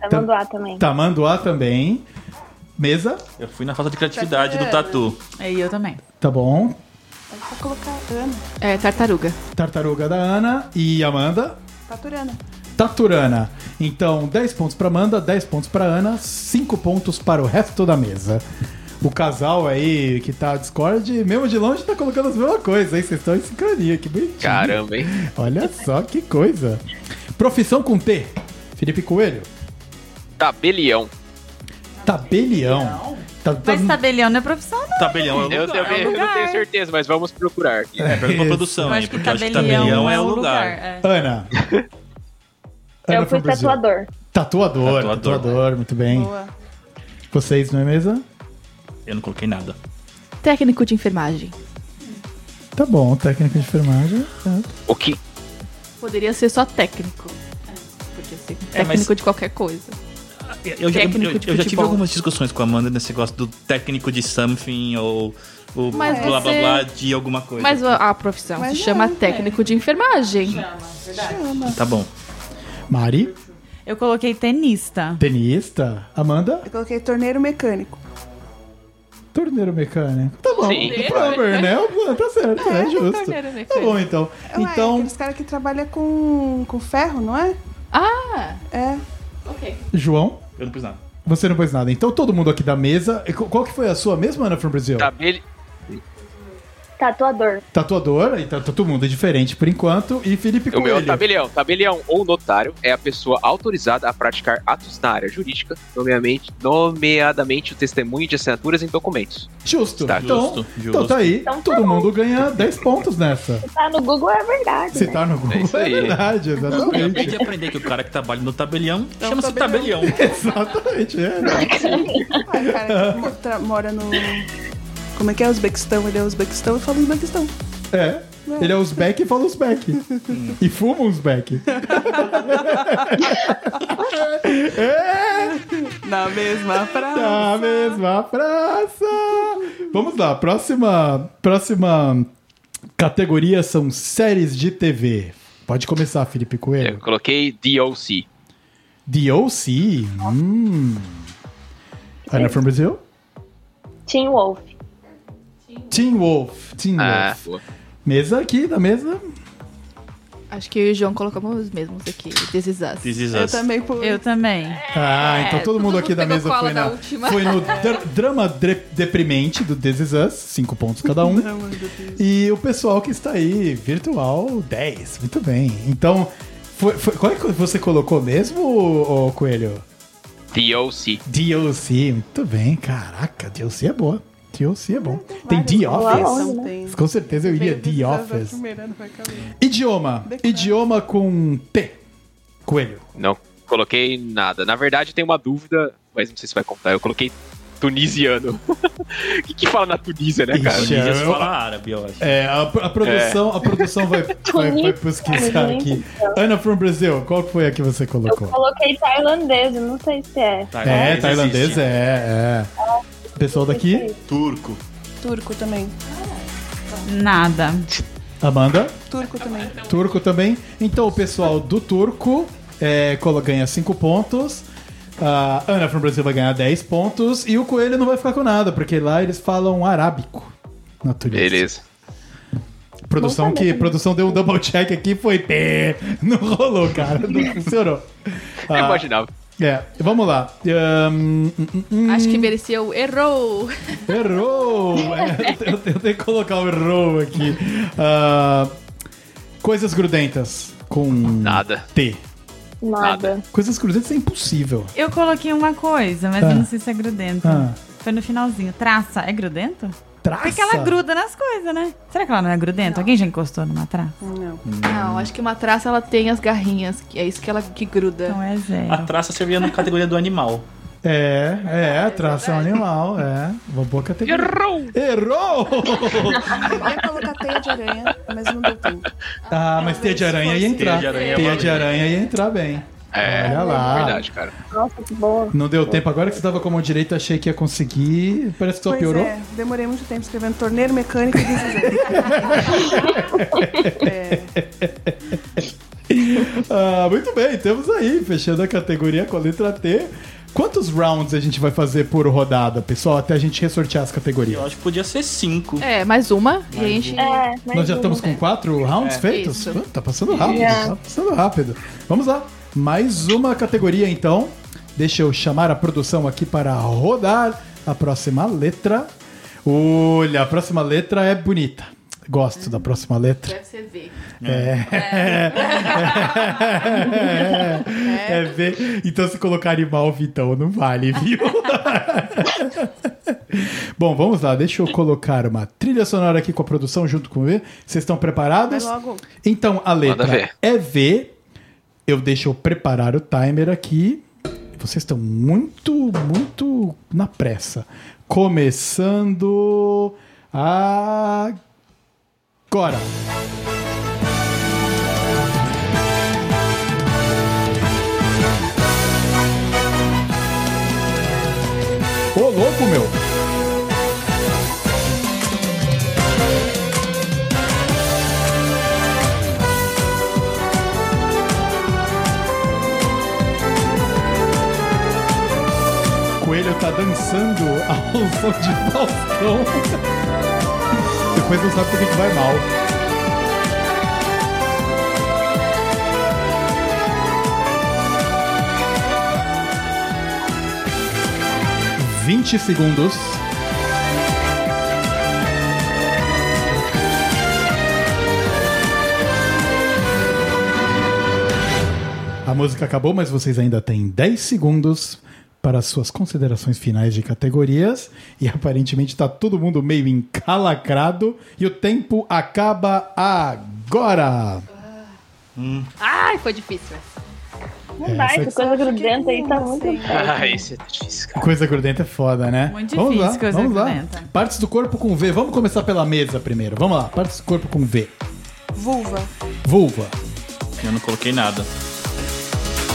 Tamanduá Tá também.
Tamanduá também. Mesa,
Eu fui na falta de
Tá
criatividade do tatu.
E eu também.
tá bom.
Vou colocar Ana.
É, tartaruga.
Tartaruga da Ana e Amanda.
Taturana.
Taturana. Então, 10 pontos pra Amanda, 10 pontos pra Ana, 5 pontos para o resto da mesa. O casal aí que tá Discord, mesmo de longe, tá colocando as mesmas coisas, hein? Vocês estão em sincronia, que bonitinho.
Caramba, hein?
Olha só que coisa. Profissão com T. Felipe Coelho.
Tabelião.
Tabelião. Tá- tá-
Mas tabelião não é profissão, não.
Tabelião é o
Eu,
lugar.
é
também,
um
eu não
lugar.
tenho certeza, mas vamos procurar aqui.
É, pergunta pra produção
Eu
aí,
acho que
porque eu acho que
tabelião é o lugar. É.
Ana.
Eu
from
fui
Brazil.
tatuador.
Tatuador, tatuador,
né?
Tatuador.
muito bem.
Boa.
Vocês, não é mesa?
Eu não coloquei nada.
Técnico de enfermagem.
Tá bom, técnica de enfermagem. tá.
O que?
Poderia ser só técnico. Podia ser técnico
É, mas-
de qualquer coisa.
Eu já, eu,
Técnico
eu-
de
eu já tive
futebol.
algumas discussões com a Amanda nesse negócio do técnico de something ou o
Mas
blá blá
você-
blá de alguma coisa.
Mas a, a profissão
Mas
se chama
não,
técnico de enfermagem.
Tá bom.
Mari,
Eu coloquei tenista.
tenista. Amanda,
Eu coloquei torneiro mecânico.
torneiro mecânico. Tá bom.
Sim.
Plumber, né? Ah, Tá certo, é, justo.
torneiro mecânico.
Tá bom, então.
Ué, é
Então,
aqueles caras que trabalham com, com ferro, não é?
Ah,
É.
ok.
João,
Eu não fiz nada.
você não pôs nada.
Tá.
Tá.
Então, todo mundo aqui da mesa. e qu- Qual que foi a sua mesma, Ana from Brasil?
Tabeli...
Tatuador.
Tatuador, então todo mundo é diferente por enquanto. E Felipe
O
Coelho.
meu é tabelião. Tabelião ou notário é a pessoa autorizada a praticar atos na área jurídica, nomeadamente, nomeadamente o testemunho de assinaturas em documentos.
Justo.
Tá,
então,
justo,
então tá aí.
Então tá
todo
bom.
mundo ganha 10 pontos nessa.
Tá no Google é verdade.
Se
né?
tá no
É
Google,
isso
é,
aí.
verdade,
Eu
exatamente.
acabei de aprender que o cara que trabalha no tabelião chama-se tabelião.
exatamente, é. né?
Ai, cara, que mo- tra- mora no. Como é que é? Uzbequistão? Ele é Uzbequistão e fala Uzbequistão.
É. Ele é uzbek e fala uzbek. e fuma uzbek.
Na mesma frase.
É. Na mesma praça. Vamos lá, próxima, próxima categoria são séries de TV. Pode começar, Felipe
Eu
Coelho.
coloquei DOC.
D.O.C. Hum. Ana from Brasil?
Teen Wolf.
Tá Teen Wolf. Teen
Ah,
Wolf.
boa.
Mesa aqui, da mesa.
Acho que eu e o João colocamos os mesmos aqui. This is us.
This is
Eu
us.
também por.
Eu também.
Ah, então todo
É, todo
mundo
mundo
aqui da
pegou
mesa
cola
foi,
da
na,
última.
foi no dra- drama dre- deprimente do This Is Us, 5 pontos cada um. e o pessoal que está aí, virtual, 10. Muito bem. Então, foi, foi- qual é que você colocou mesmo, ô, ô, Coelho?
DOC.
DLC. Muito bem, caraca, DLC é boa. DLC é bom. Tem The
Uau.
Office.
Não tem.
Com certeza eu iria The Office. Idioma. Idioma com T. Coelho.
Não coloquei nada. Na verdade, tem uma dúvida, mas não sei se vai contar. Eu coloquei tunisiano. O que, que fala na Tunísia, né, cara?
Ixi.
Tunísia se
eu-
fala árabe, eu acho.
É, a, a produção, a produção vai, vai, vai pesquisar aqui. Ana from Brasil, qual foi a que você
então. Eu
colocou?
coloquei tailandês, eu não sei se é.
Tá
É, tailandês, é,
Ah,
é. Pessoal daqui,
Turco.
Turco também.
Nada.
Amanda,
Turco também.
turco também. Então o pessoal do turco é, colo- ganha 5 pontos. A Ana from Brasil vai ganhar 10 pontos. E o coelho não vai ficar com nada, porque lá eles falam arábico. Na Tunísia.
Beleza.
Produção que produção deu um double check aqui foi pé. Não rolou, cara. Não funcionou.
Eu
Ah,
imaginava.
É, vamos lá. Ahn, hum, hum, hum.
Acho que mereceu. Errou!
Errou! É, eu, te- eu tenho que colocar o errou aqui. Ah, coisas grudentas com
Nada.
T.
Nada.
Coisas grudentas é impossível.
Eu coloquei uma coisa, mas
Ah.
eu não sei se é grudento.
Ah,
Foi no finalzinho. Traça, é grudento?
traça.
Porque ela gruda nas coisas, né? Será que ela não é grudenta? Alguém já encostou numa traça?
Não.
Não, acho que uma traça ela tem as garrinhas, que é isso que ela que gruda.
Então é zero.
A
Ah.
traça servia na categoria do animal.
É, é, traça é um animal, é. Uma boa categoria.
Errou!
Errou!
Eu ia colocar teia de aranha, mas não deu tempo.
Ah, mas teia de aranha ia entrar.
Teia de aranha é
Teia
uma
de aranha ia entrar bem.
É,
Olha lá.
verdade, cara.
Nossa, que boa.
Não deu tempo. Agora que você tava com a mão direita, achei que ia conseguir. Parece que só
pois
piorou.
é, demorei muito tempo escrevendo torneiro mecânico e assim, desenho. é,
Ah, muito bem, temos aí, fechando a categoria com a letra T. Quantos rounds a gente vai fazer por rodada, pessoal, até a gente ressortear as
Eu
categorias?
acho que podia ser cinco.
É, mais uma e a gente.
É, mais
Nós já
uma. É,
estamos com quatro rounds feitos?
Isso.
Ah, Tá passando rápido,
Já.
tá passando rápido. Vamos lá, mais uma categoria então. Deixa eu chamar a produção aqui para rodar a próxima letra. Olha, a próxima letra é bonita. Gosto da próxima letra.
Deve ser V.
É, ver. Então, se colocar animal, Vitão, não vale, viu? Bom, vamos lá. Deixa eu colocar uma trilha sonora aqui com a produção junto com o V. Vocês estão preparados?
Vai logo.
Então, a letra
ver.
é V. Eu deixo eu preparar o timer aqui. Vocês estão muito, muito na pressa. Começando agora. Ô, louco, meu! Coelho tá dançando ao som de Faustão. Depois não sabe por que que vai mal. Vinte segundos. A música acabou, mas vocês ainda têm 10 segundos para as suas considerações finais de categorias. E aparentemente está todo mundo meio encalacrado. E o tempo acaba agora.
Ai, foi difícil. é.
Não dá,
Essa-
essa coisa grudenta aí tá muito.
Ah, esse é difícil, cara.
Coisa grudenta é foda, né?
Muito
vamos lá,
difícil coisa
vamos lá.
grudenta.
Partes do corpo com V. Vamos começar pela mesa primeiro. Vamos lá. Partes do corpo com V.
Vulva.
Vulva,
Eu não coloquei nada.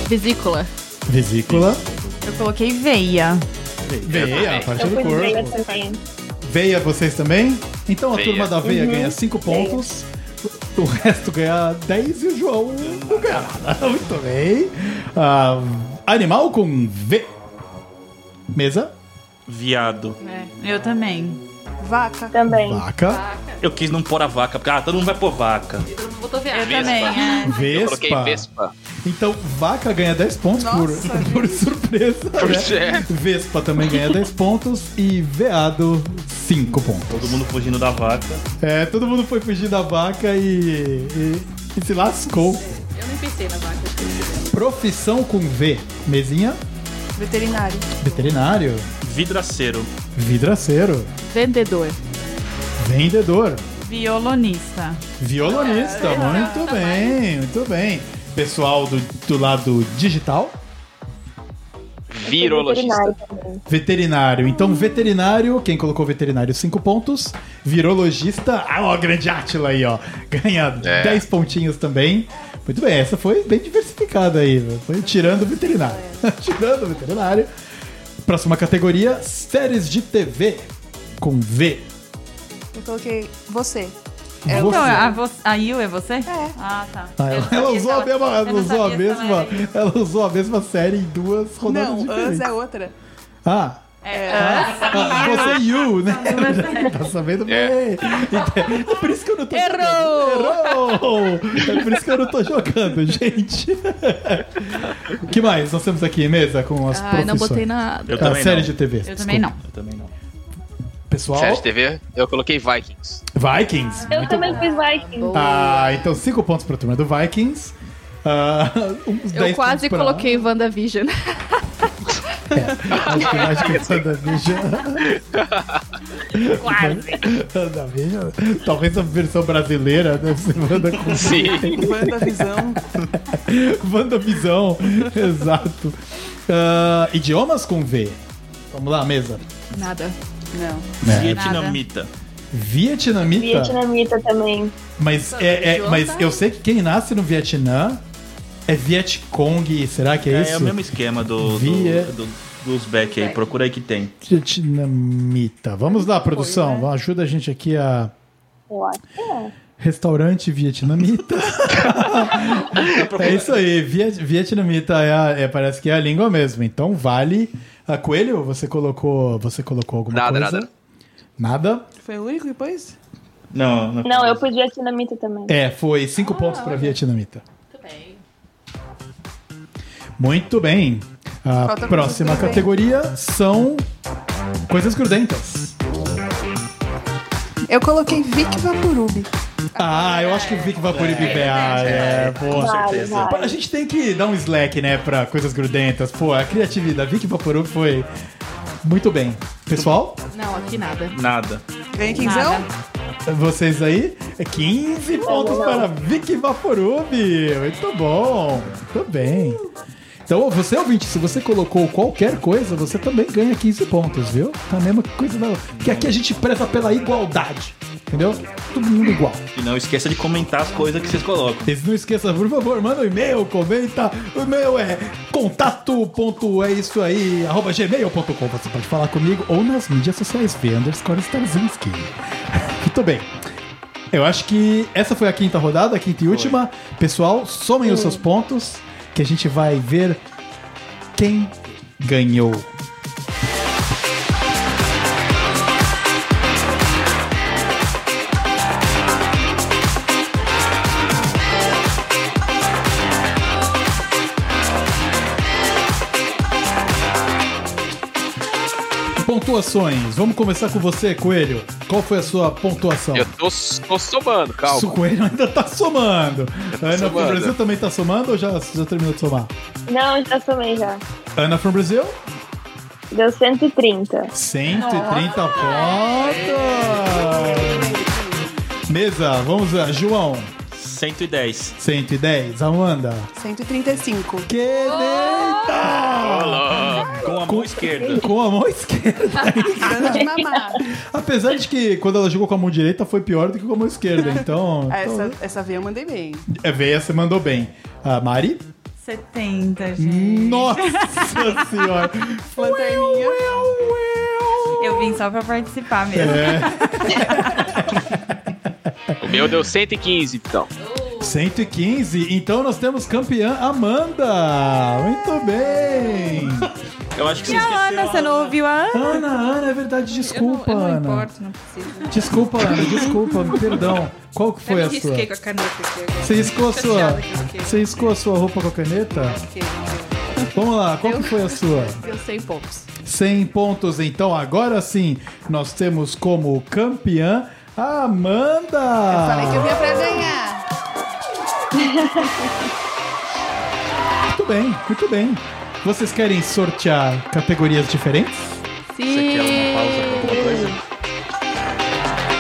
Vesícula.
vesícula,
Eu coloquei veia.
veia, a parte
Eu
do
fui ver
corpo.
também.
Veia vocês também? Então a
Veia.
turma da
Uhum.
veia ganha 5 pontos. O resto ganha 10 e o João não ganha nada. Muito bem. Ah, animal com V. Mesa.
Viado.
Eu também.
Vaca.
Também.
Tá. Vaca.
Eu quis não pôr a vaca, porque ah, todo mundo vai pôr vaca.
Botou viado.
Vespa.
Também, é.
Eu coloquei
Vespa.
Vespa.
Então, vaca ganha 10 pontos por,
Nossa,
por surpresa. né?
é.
Vespa também ganha 10 pontos e veado 5 pontos.
Todo mundo fugindo da vaca.
É, todo mundo foi fugir da vaca e, e- e se lascou.
Eu nem pensei na vaca.
Profissão com V. Mesinha,
Veterinário.
veterinário,
Vidraceiro.
vidraceiro,
Vendedor.
vendedor,
Violonista.
É,
violonista. Muito bem, muito bem. Pessoal do, do lado digital,
Virologista.
Veterinário também.
veterinário. Então, veterinário, quem colocou veterinário, 5 pontos. Virologista, ah, ó, grande Átila aí, ó. Ganha
É.
10 pontinhos também. Muito bem, essa foi bem diversificada aí. Foi tirando o veterinário. tirando o veterinário. Próxima categoria, séries de TV. Com V.
Eu coloquei você.
Você.
Então, a, vo- a Yu é você?
É.
Ah, tá.
Ah, ela, ela usou a mesma, ela
eu não
usou a
sabia se ela
mesma,
era
ela usou a mesma série em duas rodadas
Não,
diferentes.
Us é outra.
Ah,
É.
ah, você e you, né? tá sabendo bem.
É.
É por isso que eu não tô Errou! Errou! É por isso que eu não tô jogando, gente. O que mais nós temos aqui, mesa, com as
Ai,
profissões?
Ah, não botei nada.
Eu
Ah,
também
série
não.
de É. TV.
Eu também não.
Eu também não.
Pessoal,
Série de TV, eu coloquei Vikings.
Vikings.
Eu
muito
também fiz Viking.
Ah, então cinco pontos pra turma do Vikings. Ah, uns
Eu
10
quase
pontos pra-
coloquei WandaVision.
Acho que mais que o WandaVision. então, WandaVision. Talvez a versão brasileira deve ser Wanda com
Sim.
Banda Visão.
WandaVisão. Exato. Ah, idiomas com V. Vamos lá, mesa.
Nada.
Não.
Vietnamita.
Vietnamita.
Vietnamita também.
Mas, é, é- mas eu sei que quem nasce no Vietnã é Vietcong. Será que é,
É,
isso?
o mesmo esquema do,
Via-
do, do- dos back aí. Procura aí que tem.
Vietnamita. Vamos lá, produção. Ajuda a gente aqui a.
Eu acho que é.
Restaurante vietnamita. é isso aí, Viet- vietnamita é a- é- parece que é a língua mesmo. Então vale. A Coelho, você colocou, você colocou alguma
Nada,
coisa?
nada.
Nada.
Foi o único depois?
Não, não.
Não, eu fui Vietnamita também.
É, foi cinco pontos para vietnamita.
Ah, Muito bem.
Muito bem. A
Falta
próxima
coisas
categoria são coisas grudentas.
Eu coloquei Vic Vaporub.
Ah, eu acho que o Vic Vaporib é, é, boa.
Vale,
certeza.
vale.
A gente tem que dar um slack, né, pra coisas grudentas. Pô, a criatividade, Vic Vaporub foi muito bem. Pessoal,
Não, aqui nada.
Nada.
Ganhei quinzão?
vocês aí, é 15 pontos para Vic Vaporub. Muito bom, muito bem. Então, você ouvinte, se você colocou qualquer coisa, você também ganha 15 pontos, viu? Tá a mesma coisa da... Porque aqui a gente preza pela igualdade, entendeu? Todo mundo igual.
E não esqueça de comentar as coisas que vocês colocam.
Eles não esqueçam, por favor, manda um e-mail, comenta. O e-mail é contato. É isso aí, arroba gmail.com. Você pode falar comigo ou nas mídias sociais, V underscore Starzinski. Muito bem. Eu acho que essa foi a quinta rodada, a quinta e última. Pessoal, somem os seus pontos, que a gente vai ver quem ganhou. Pontuações. Vamos começar com você, Coelho. Qual foi a sua pontuação?
Eu tô, tô somando, calma.
O Coelho ainda tá somando. Ana from
somando.
Brasil também tá somando ou já, já terminou de somar?
Não, já somei já.
Ana from Brasil,
Deu 130.
130 pontos. Mesa, vamos lá. João,
110.
110. Amanda,
135.
que deita!
Com a mão esquerda.
Com a mão esquerda.
Dando de mamar.
Apesar de que quando ela jogou com a mão direita foi pior do que com a mão esquerda. Então,
É, Essa, essa veia eu mandei bem.
é, veio, você mandou bem. A Mari?
70, gente.
Nossa senhora!
Lanterninha.
Eu vim só pra participar mesmo.
É.
O meu deu 115, então.
115, então nós temos campeã Amanda! Muito bem!
Eu acho que você
E a Ana,
esqueceu.
você não assim. ouviu a Ana?
Ana, Ana, é verdade, desculpa,
eu não
Ana.
importo, não preciso.
Desculpa, Ana, desculpa, perdão. Qual que foi
eu
a
me
sua?
risquei com a caneta aqui agora.
Você riscou a
Tô
sua.
chateada que eu risquei.
Você riscou a sua roupa com a caneta?
Risquei, não.
Vamos lá, qual que foi a sua?
Eu sei poucos.
100 pontos, então agora sim, nós temos como campeã a Amanda!
Falei que eu vinha pra ganhar.
Muito bem, muito bem. Vocês querem sortear categorias diferentes?
Você quer uma pausa pra alguma coisa?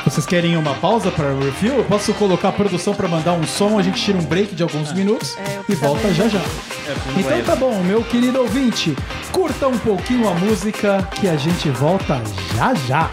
Vocês querem uma pausa para o review? Eu posso colocar a produção para mandar um som, a gente tira um break de
Ah,
alguns minutos
é,
e volta já já.
É,
Então tá bom, meu querido ouvinte, curta um pouquinho a música que a gente volta já já.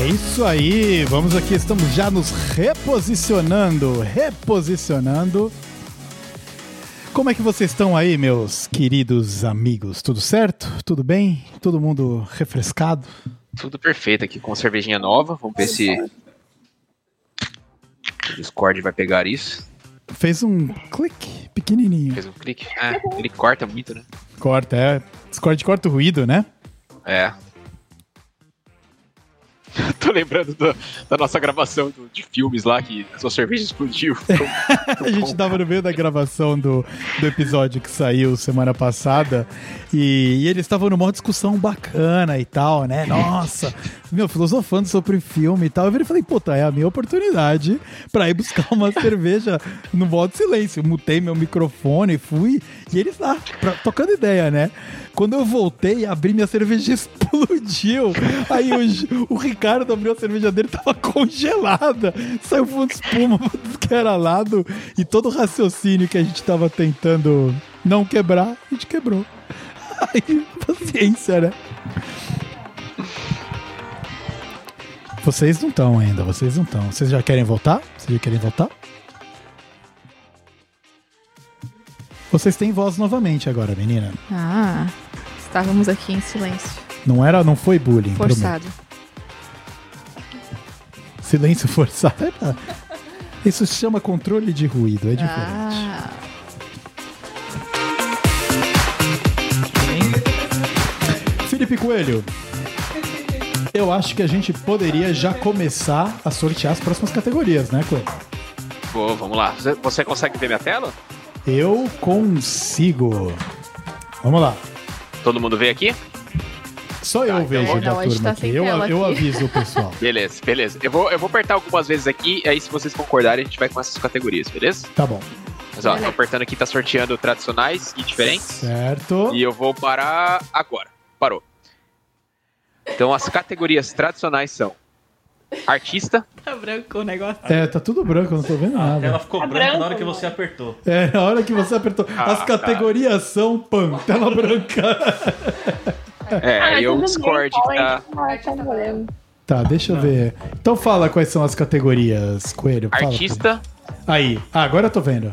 É isso aí, vamos aqui, estamos já nos reposicionando, reposicionando. Como é que vocês estão aí, meus queridos amigos? Tudo certo? Tudo bem? Todo mundo refrescado?
Tudo perfeito aqui com cervejinha nova. Vamos ver se o Discord vai pegar isso.
Fez um clique pequenininho.
Fez um clique. Ah, ele corta muito, né?
Corta, é. Discord corta o ruído, né?
É. Tô lembrando da, da nossa gravação do- de filmes lá que a sua cerveja explodiu. Então,
A gente tava no meio da gravação do, do episódio que saiu semana passada e, e eles estavam numa discussão bacana e tal, né? Nossa, meu, filosofando sobre filme e tal. Eu virei e falei, puta, é a minha oportunidade pra ir buscar uma cerveja no modo silêncio. Mutei meu microfone, fui e eles lá, pra- tocando ideia, né? Quando eu voltei, abri minha cerveja e explodiu. Aí o, G- o Ricardo abriu a cerveja dele, tava congelada. Saiu fundo de espuma pra tudo que era lado. E todo o raciocínio que a gente tava tentando não quebrar, a gente quebrou. Aí, paciência, né? Vocês não estão ainda, vocês não estão. Vocês já querem voltar? Vocês já querem voltar? Vocês têm voz novamente agora, menina.
Ah, estávamos aqui em silêncio.
Não era, não foi bullying.
Forçado.
prometo. Silêncio forçado. Isso se chama controle de ruído, é diferente.
Ah,
Felipe Coelho, eu acho que a gente poderia já começar a sortear as próximas categorias, né, Coelho?
Pô, vamos lá. Você- Você consegue ver minha tela?
Eu consigo. Vamos lá.
Todo mundo vê aqui?
Só eu vejo
bom.
da
Não, a gente
turma
tá
aqui.
sem
Eu,
tela
eu
aqui.
aviso o pessoal.
Beleza, beleza. Eu vou, eu vou apertar algumas vezes aqui, aí se vocês concordarem, a gente vai com essas categorias, beleza?
Tá bom.
Mas ó, tô
Beleza.
apertando aqui, tá sorteando tradicionais e diferentes.
Certo.
E eu vou parar agora. Parou. Então as categorias tradicionais são artista,
tá branco o negócio.
É, tá tudo branco, eu não tô vendo
Ah,
A tela
nada.
ficou
Tá
branca na
branco,
hora que
mano.
você apertou.
É, na hora que você apertou.
Ah,
tá.
As categorias são pan, tela branca.
é,
Ah,
aí
tudo
o
bem,
Discord que
fala
tá.
aí, fala, tá valendo.
Tá, deixa eu ver. Então fala quais são as categorias, Coelho. Fala,
Artista,
Coelho. Aí, ah, agora eu tô vendo.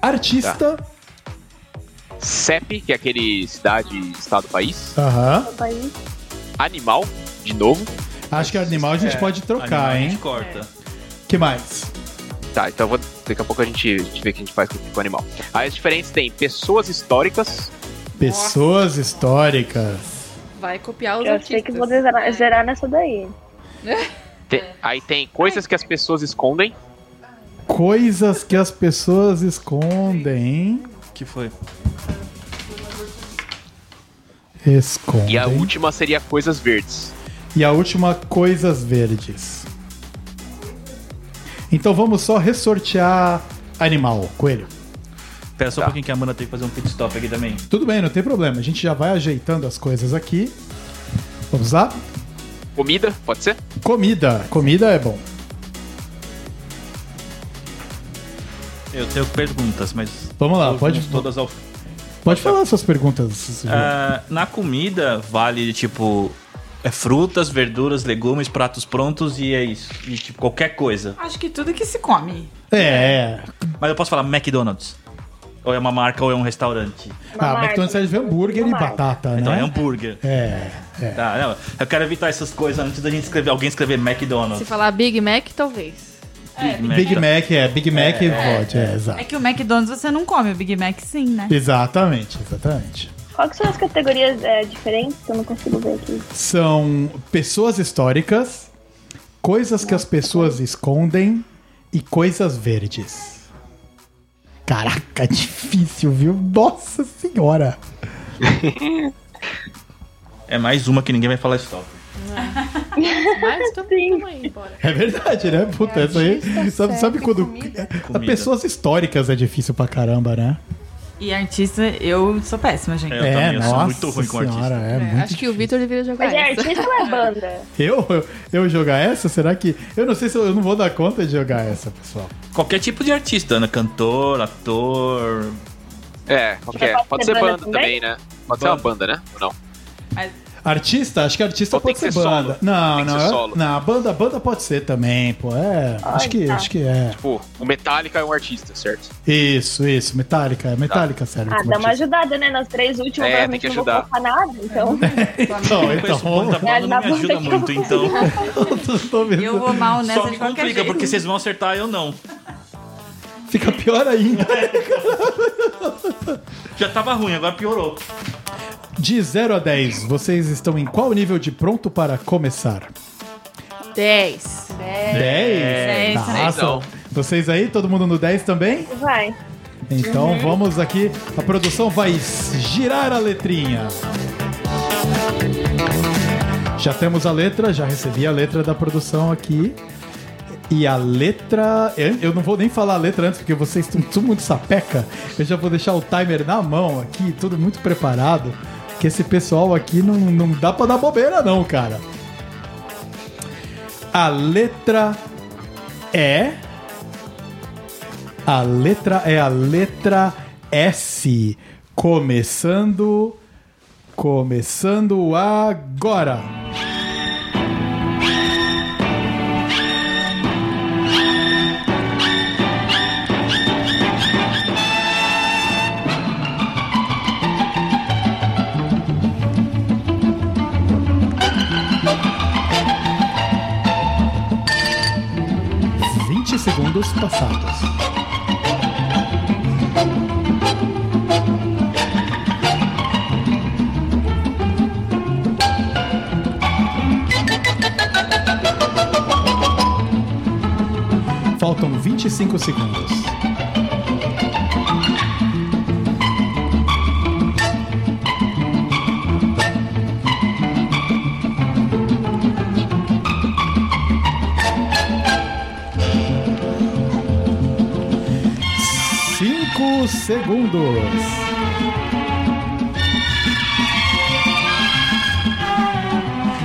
Artista.
CEP, que é aquele cidade, estado, país,
Aham.
Opa, aí.
animal, de novo.
Acho que animal a gente
É,
pode
Animal
trocar,
A gente
hein? É.
corta.
Que mais?
Tá, então eu vou, daqui a pouco a gente, a gente vê o que a gente faz com o animal. Aí as diferentes tem pessoas históricas,
Pessoas históricas.
Vai copiar os
Eu
artistas.
sei que vou zerar, zerar nessa daí.
te- aí tem coisas que as pessoas escondem,
Coisas que as pessoas escondem, hein?
Que foi?
Escondem.
e a última seria coisas verdes.
E a última, coisas verdes. Então vamos só ressortear animal, coelho.
Pera só um
Tá.
pouquinho que a Amanda tem que fazer um pit stop aqui também.
Tudo bem, não tem problema. A gente já vai ajeitando as coisas aqui. Vamos lá?
Comida, pode ser?
Comida. Comida é bom.
Eu tenho perguntas, mas.
Vamos lá,
Tô
pode-
junto Todas ao...
Pode falar suas perguntas. Ju.
Ah, na comida vale tipo é frutas, verduras, legumes, pratos prontos e é isso. E tipo qualquer coisa.
Acho que tudo que se come.
É.
Mas eu posso falar McDonald's. Ou é uma marca ou é um restaurante.
Ah,
Uma
McDonald's serve hambúrguer e
Uma marca.
batata,
Então é
né?
hambúrguer.
É. é.
Tá, não, eu quero evitar essas coisas antes da gente escrever, alguém escrever
Se
McDonald's.
falar Big Mac, talvez.
Big Mac.
Big Mac é. Big Mac pode, é, exato.
É que o McDonald's você não come, o Big Mac sim, né?
Exatamente, exatamente.
Qual que são as categorias é, diferentes que eu não consigo ver aqui?
São pessoas históricas, coisas que as pessoas escondem e coisas verdes. Caraca, difícil, viu? Nossa senhora!
É mais uma que ninguém vai falar stop.
Mas também vamos aí, bora.
É verdade, né? Puta,
É
essa aí.
artista,
Sabe,
CEP,
sabe quando.
comida.
A pessoas históricas é difícil pra caramba, né?
E artista, eu sou péssima, gente.
É. Eu também, eu sou muito ruim com artista.
senhora, é,
É,
muito
acho que o Vitor deveria jogar
Ah,
Mas é
essa.
artista ou é banda?
Eu, eu jogar essa? Será que. Eu não sei se eu, eu não vou dar conta de jogar essa, pessoal.
Qualquer tipo de artista, né? Cantor, ator.
É, qualquer.
Mas
Pode ser banda
também?
também, né? Pode ser uma banda, né? Ou não?
Mas
Artista? Acho que artista
Ou tem
pode ser,
que ser
banda.
solo?
Não,
Tem que
não.
ser
é-
solo.
Não, banda, banda pode ser também, pô. É, acho que,
tá.
acho que é.
Tipo, o Metallica é um artista, certo?
Isso, isso. Metallica, é Metallica serve
Ah,
como
dá uma
artista.
ajudada, né? Nas três últimas,
É,
provavelmente
tem que
não vou
ajudar.
colocar nada, então.
Então,
Eu conheço muita
então.
banda, tá não
Mas
me
na banda
ajuda
que
muito,
eu vou
então.
eu tô vendo.
Eu vou mal nessa
Só me
de qualquer
complica,
jeito.
porque vocês vão acertar eu não.
Fica pior ainda.
Já tava ruim, agora piorou.
De 0 a 10, vocês estão em qual nível de pronto para começar?
10.
10?
Dez,
Nossa.
dezão.
Tá, Vocês aí, todo mundo no 10 também?
Vai.
Então vamos aqui, a produção vai girar a letrinha. Já temos a letra, já recebi a letra da produção aqui. E a letra. Eu eu não vou nem falar a letra antes, porque vocês estão tudo muito sapeca. Eu já vou deixar o timer na mão aqui, tudo muito preparado. Que esse pessoal aqui não, não dá pra dar bobeira, não, cara. A letra é. A letra é a letra S. Começando. Começando agora. Vinte segundos passados. Faltam 25 segundos. Cinco segundos.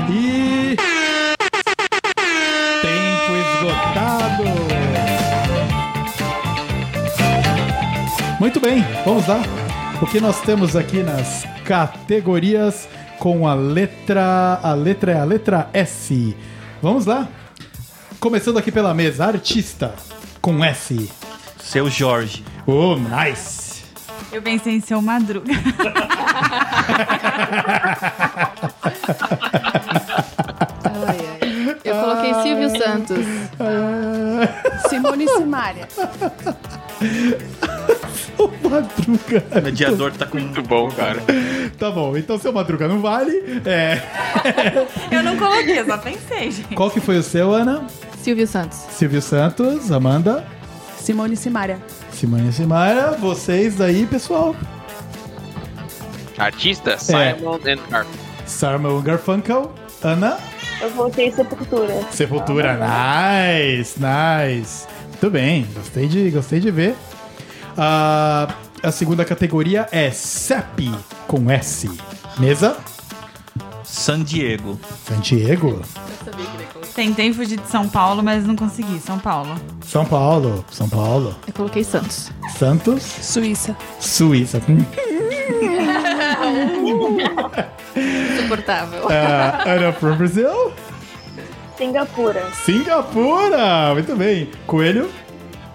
E tempo esgotado. Muito bem, vamos lá. O que nós temos aqui nas categorias com a letra, a letra é a letra S. Vamos lá. Começando aqui pela mesa, artista com S.
Seu Jorge.
Oh, nice.
Eu pensei em ser o Madruga.
Eu coloquei Silvio Santos.
Simone Simaria.
Ô, Madruga.
O mediador tá com.
Muito bom, cara.
Tá bom, então seu Madruga não vale. É.
Eu não coloquei, eu só pensei, gente.
Qual que foi o seu, Ana?
Silvio Santos.
Silvio Santos, Amanda,
Simone Simaria.
Simone e Simara, vocês aí, pessoal.
Artista? Simon and Garfunkel.
Sarma Garfunkel, Ana,
Eu voltei Sepultura.
Sepultura, nice, nice. Muito bem, gostei de, gostei de ver. Ah, a segunda categoria é CEP com S. Mesa,
San Diego.
San Diego,
Tentei fugir de São Paulo, mas não consegui. São Paulo. Então
São Paulo, São Paulo,
Eu coloquei Santos.
Santos,
Suíça.
Suíça.
Insuportável.
Ah, Ana from Brazil.
Singapura.
Singapura! Muito bem. Coelho,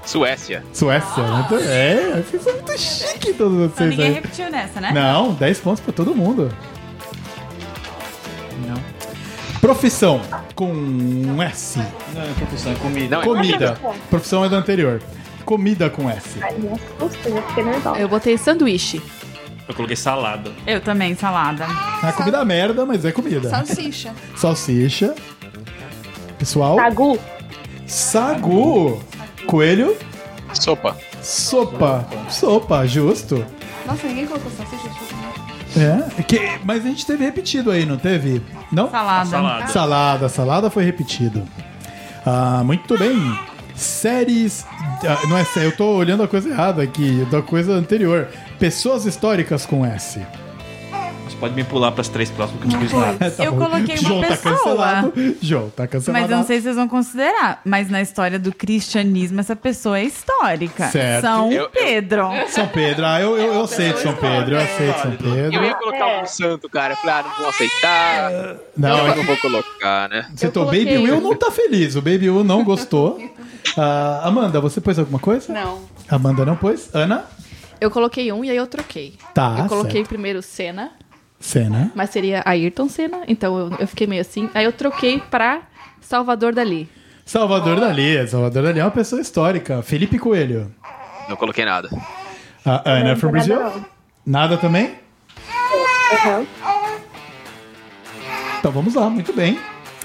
Suécia.
Suécia. Muito bem. Vocês são muito chique todos
Então
vocês
ninguém
aí.
repetiu nessa, né?
é. Não, 10 pontos pra todo mundo. Não. Profissão com um S.
Não, é profissão, é comida.
Não, é
Comida.
profissão.
Profissão é da anterior. Comida com S.
Ai, me assusta, eu fiquei
É.
nervosa.
Eu botei sanduíche.
Eu coloquei salada.
Eu também, salada.
É comida merda, mas é
Tá.
comida.
Salsicha.
Salsicha. Pessoal,
Tagu.
sagu. Coelho,
Sopa.
sopa. Sopa, justo.
Nossa, ninguém colocou salsicha?
É, que- mas a gente teve repetido aí, não teve? Não?
Salada.
Salada.
Salada, salada foi repetido. Ah, muito bem. Séries. ah, não é sé- eu tô olhando a coisa errada aqui, da coisa anterior. Pessoas históricas com S.
Pode me pular pras três próximas que eu não fiz nada.
É, tá
Eu
bom.
coloquei uma
João Tá
pessoa.
cancelado. João, tá cancelado.
Mas eu não sei se vocês vão considerar. Mas na história do cristianismo, essa pessoa é histórica.
Certo.
São
Eu- É. eu-
Pedro.
São Pedro, ah, eu, eu, eu aceito São Pedro, eu aceito São
Eu
Pedro.
ia colocar um santo, cara. Eu falei, ah, não vou aceitar.
Não,
eu
eu-
não vou colocar, né?
você
eu
tô,
coloquei-
Baby Will não tá feliz, o Baby Will não gostou. Ah, Amanda, você pôs alguma coisa?
Não.
Amanda não pôs? Ana?
Eu coloquei um e aí eu troquei.
Tá,
eu coloquei
certo.
primeiro Senna,
Senna.
mas seria Ayrton Senna, então eu, eu fiquei meio assim. Aí eu troquei pra Salvador Dali.
Salvador Dali, Salvador Dali é uma pessoa histórica. Felipe Coelho.
Não coloquei nada.
A Ana é from Brazil? Nada também? Então vamos lá, muito bem.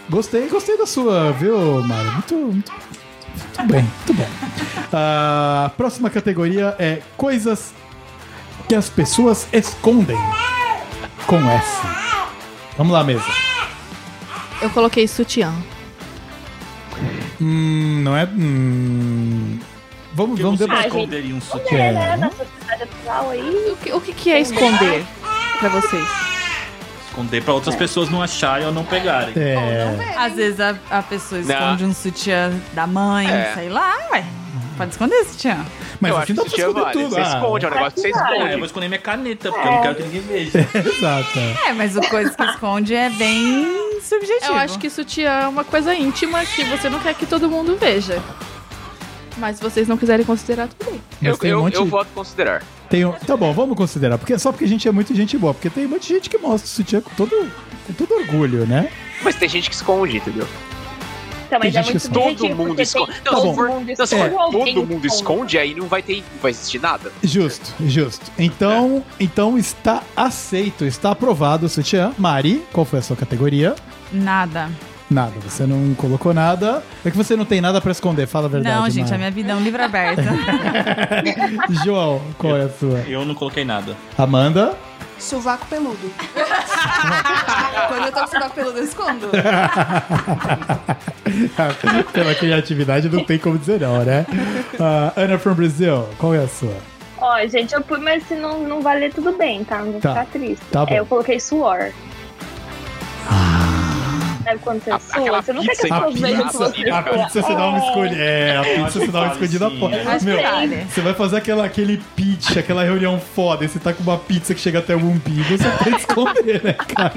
Gostei, gostei da sua, viu, Mário? Muito, muito, muito bem, muito bom. A próxima categoria é coisas que as pessoas escondem com S. Vamos lá, mesa.
Eu coloquei sutiã.
Hum, não é. Hum, vamos,
Eu não
vamos
sei
Ah,
se
gente.
esconderia um
Que
sutiã.
é,
Né,
né?
na sociedade atual aí,
O que, o que que é esconder pra vocês?
Esconder pra
É.
outras pessoas não acharem ou não pegarem.
É,
Às vezes a, a pessoa
Não.
esconde um sutiã da mãe,
É.
sei lá, ué. Pode esconder esse sutiã.
mas
eu
assim dá pra
sutiã
esconder
válido.
tudo.
Você
ah,
esconde, é um negócio que você
Ah, eu
esconde.
vou esconder minha caneta, porque eu
É.
não quero que ninguém veja.
Exato. é.
É, mas o coisa que esconde é bem subjetivo.
Eu acho que sutiã é uma coisa íntima que você não quer que todo mundo veja. Mas se vocês não quiserem considerar, tudo bem.
Mas
Eu,
tem um
eu,
monte-
eu voto considerar.
Tem um- Tá bom, vamos considerar. Porque, só porque a gente é muito gente boa. Porque tem um monte de gente que mostra o sutiã com todo, com todo orgulho, né?
Mas tem gente que esconde, entendeu?
Então, mas
Tem
é
gente Tá
muito
que
Todo
esconde.
subjetivo,
mundo
porque
esconde.
tem-
Não,
Todo
se for-
mundo
não, se for
esconde, alguém
todo
É.
mundo esconde, aí não vai ter. Não vai existir nada.
Justo, justo. Então, então está aceito, está aprovado o sutiã. Mari, qual foi a sua categoria?
Nada.
Nada, você não colocou nada. É que você não tem nada pra esconder, fala a verdade.
não, gente, a
Mari.
minha vida é um livro aberto.
João, qual é a sua?
Eu não coloquei nada.
Amanda?
Sovaco peludo. Quando eu tô com sovaco peludo, eu escondo.
Pela criatividade não tem como dizer não, né? Ah, Ana from Brazil, qual é a sua?
Ó, gente, eu pus, mas se não, não valer, tudo bem, tá? Não vou
Tá.
ficar triste.
Tá bom.
É, eu coloquei suor. Sabe quando você sua?
aquela
Você não quer que as
pizza
A
pessoas vejam que
pizza,
você
a Ah. pizza você dá uma escolha. É, a pizza você dá uma escondida
Sim,
fora.
é.
Acho
Meu,
que né? vale.
você vai fazer aquela, aquele pitch, aquela reunião foda, e você tá com uma pizza que chega até o umbigo, você tem que esconder, né, cara?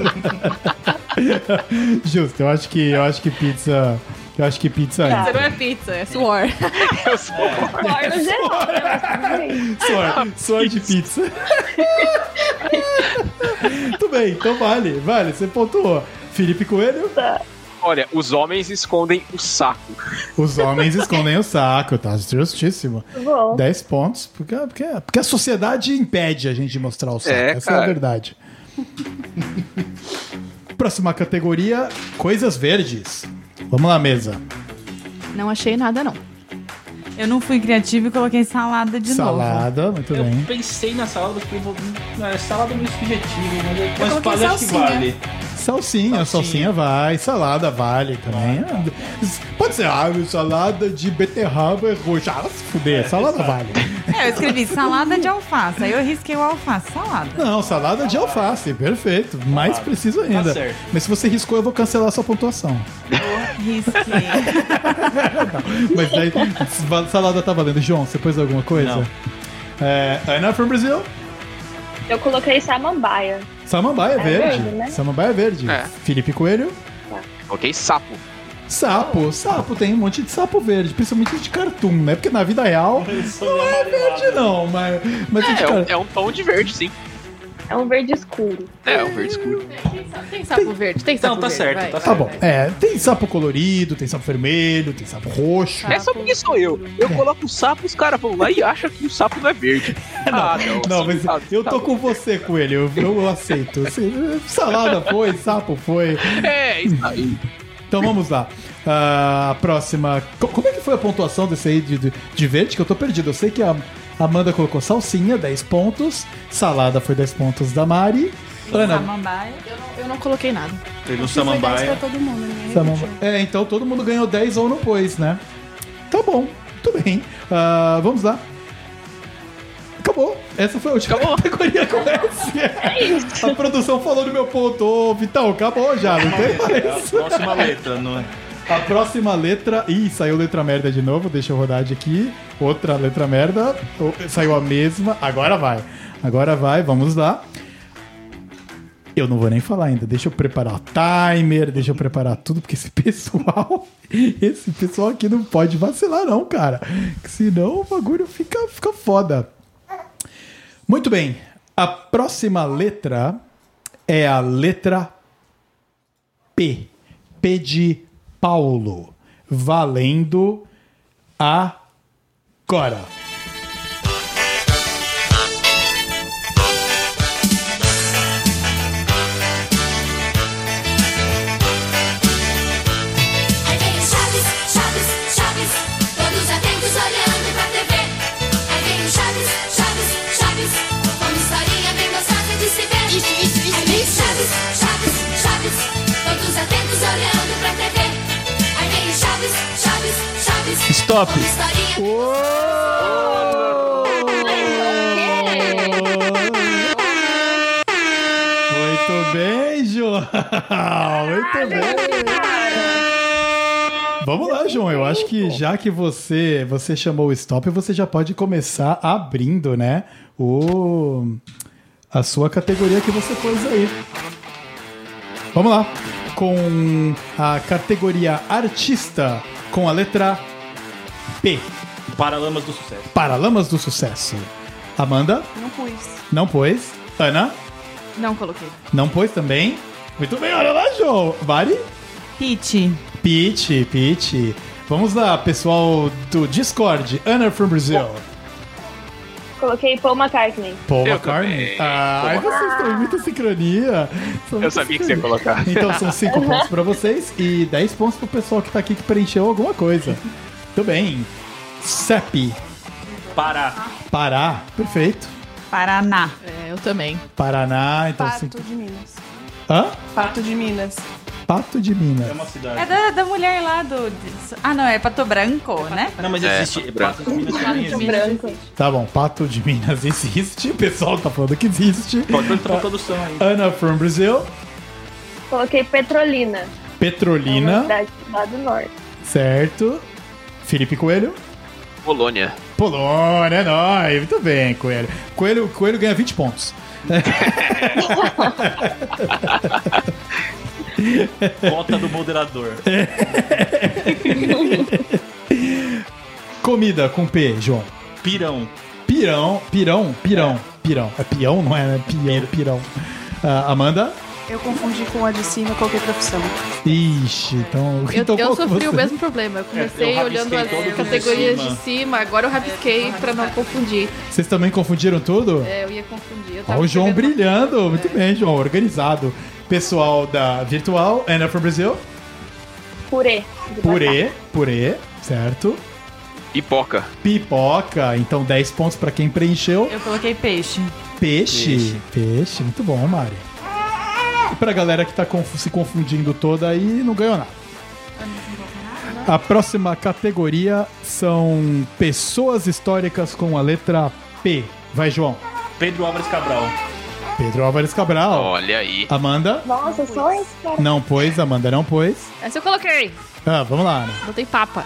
Justo, eu acho que, eu acho que pizza. Eu acho que pizza
Você
entra.
não é pizza, é suor.
Eu sou
suor no geral. né? Mas tudo bem.
Suor, suor de pizza. Muito bem, então vale, vale, você pontuou. Felipe Coelho,
Olha, os homens escondem o saco.
os homens escondem o saco, tá justíssimo.
Bom,
10 pontos, porque, porque, porque a sociedade impede a gente de mostrar o saco.
É,
Essa é a
cara.
verdade. Próxima categoria: Coisas Verdes. Vamos lá, mesa.
Não achei nada, não.
Eu não fui criativa e coloquei salada de novo.
Salada, muito
Eu
bem.
pensei na salada, porque eu vou. Não, é salada meio subjetivo, mas eu,
coloquei
mas vale, acho que
salsinha.
vale.
Salsinha, salsinha,
Salsinha.
vai. Salada vale também. Ah, Pode ser, ah, salada de beterraba é roxa. Ah, se fuder, salada vale.
É, eu escrevi salada de alface. Aí eu risquei o alface. Salada.
Não, salada de alface, perfeito. Mais preciso ainda.
Tá certo.
Mas se você riscou, eu vou cancelar a sua pontuação.
Risquei.
Mas daí, salada tá valendo. João, você pôs alguma coisa?
Não.
É, Ana from Brazil.
eu coloquei samambaia.
Samambaia é verde.
verde, né?
Samambaia é verde.
É.
Felipe Coelho.
Coloquei sapo.
Sapo. Sapo. Tem um monte de sapo verde. Principalmente de cartoon, né? Porque na vida real não é verde não. Mas, mas de
É,
car-
um- é um tom de verde, sim.
É um verde escuro.
É, um verde escuro.
Tem sapo verde, tem sapo
Não, tá
verde,
certo,
vai.
tá
Tá bom. É, tem sapo colorido, tem sapo vermelho, tem sapo roxo.
É só porque sou eu. Eu
É.
coloco o sapo, os caras vão lá e acham que o sapo não é verde. Ah, não.
Não, mas
Ah,
eu
tá
tô
bom.
com você, Coelho. Eu, eu aceito. Salada foi, sapo foi.
É, isso aí.
Então vamos lá. Ah, A próxima. Co- Como é que foi a pontuação desse aí de, de, de verde? Que eu tô perdido. Eu sei que a Amanda colocou salsinha, 10 pontos. Salada foi 10 pontos da Mari. Ana.
Samambaia.
Eu não, eu não coloquei nada.
Teve um
Isso foi dez pra
samambaia.
todo mundo, né?
Samamba- É, então todo mundo ganhou 10 ou não pôs, né? Tá bom, tudo bem. Ah, vamos lá. Como Acabou. Essa foi a última categoria comércio. A produção falou do meu ponto. Ô, Vitão, acabou já, não tem mais.
Próxima letra, não é?
A próxima letra. Ih, saiu letra merda de novo. Deixa eu rodar de aqui. Outra letra merda. Oh, Saiu a mesma. Agora vai. Agora vai, vamos lá. Eu não vou nem falar ainda. Deixa eu preparar o timer, deixa eu preparar tudo, porque esse pessoal. Esse pessoal aqui não pode vacilar, não, cara. Que Senão o bagulho fica, fica foda. Muito bem. A próxima letra é a letra P. P de Paulo. Valendo agora.
Aí vem o Chaves, Chaves, Chaves, todos atentos olhando pra TV. Aí vem o Chaves, Chaves, Chaves, com historinha bem gostosa de se ver. Aí vem o Chaves, Chaves, Chaves, todos atentos olhando pra TV. Aí vem o Chaves, Chaves, Chaves,
Stop.
com historinha bem gostosa.
Muito bem, João. Muito bem. Vamos lá, João. Eu acho que já que você você chamou o stop, você já pode começar abrindo, né? O a sua categoria que você pôs aí. Vamos lá. Com a categoria artista com a letra P.
Paralamas do sucesso.
Paralamas do sucesso. Amanda,
Não pus.
não pôs. Ana,
Não coloquei.
não pôs também. Muito bem, olha lá, João. Mari?
Pete.
Pete, Pete. Vamos lá, pessoal do Discord. Ana from Brazil.
Coloquei Paul McCartney.
Paul
Eu
McCartney.
também.
Ai, vocês têm muita sincronia. São
Eu
muita
sabia que você ia
sincronia.
colocar.
Então são 5 pontos pra vocês e 10 pontos pro pessoal que tá aqui que preencheu alguma coisa. Muito bem. CEP,
Pará.
Pará, perfeito.
Paraná.
É, eu também.
Paraná, então sim.
Pato de Minas.
Hã?
Pato Tá assim. de Minas.
Pato de Minas.
É uma cidade.
É da, da mulher lá do. Ah, não, é Pato Branco, né?
Não, mas
É,
existe.
Pato
Pato de Minas também existe.
Branco.
Tá bom, Pato de Minas existe. O pessoal tá falando que existe.
Pode perguntar pra produção aí.
Ana from Brazil.
Coloquei Petrolina. que é uma
Petrolina,
cidade lá do norte.
certo. Felipe Coelho.
Polônia.
Polônia, é nóis. Muito bem, Coelho. Coelho, Coelho ganha 20 pontos.
Bota do moderador.
É.
Comida com P, João.
Pirão.
Pirão, pirão, pirão, pirão. É peão, não é? né? Peão, pirão. Ah, Amanda?
Eu confundi com a de cima qualquer profissão.
Ixi, então...
Eu,
então
eu
qual que
sofri
você-
o mesmo problema. Eu comecei
eu
olhando
rabisquei
as
todo mundo de
categorias
cima.
de cima, agora eu rabisquei pra não confundir.
Vocês também confundiram tudo?
É, eu ia confundir. Eu
Ó,
tava É.
o João
escrevendo-
brilhando. Muito bem, João. Organizado. Pessoal da Virtual, Ana from Brasil.
Purê. de batata.
Purê, purê, certo?
Pipoca.
Pipoca, então 10 pontos pra quem preencheu.
Eu coloquei peixe.
Peixe. Peixe, muito bom, Mari. E pra galera que tá confu- se confundindo toda aí, não ganhou nada. A próxima categoria são pessoas históricas com a letra P. Vai, João.
Pedro Álvares Cabral.
Pedro Álvares Cabral.
Olha aí.
Amanda?
Nossa, só esse cara.
Não pôs, Amanda não pôs.
Essa eu coloquei.
Ah, vamos lá. Ana.
Botei papa.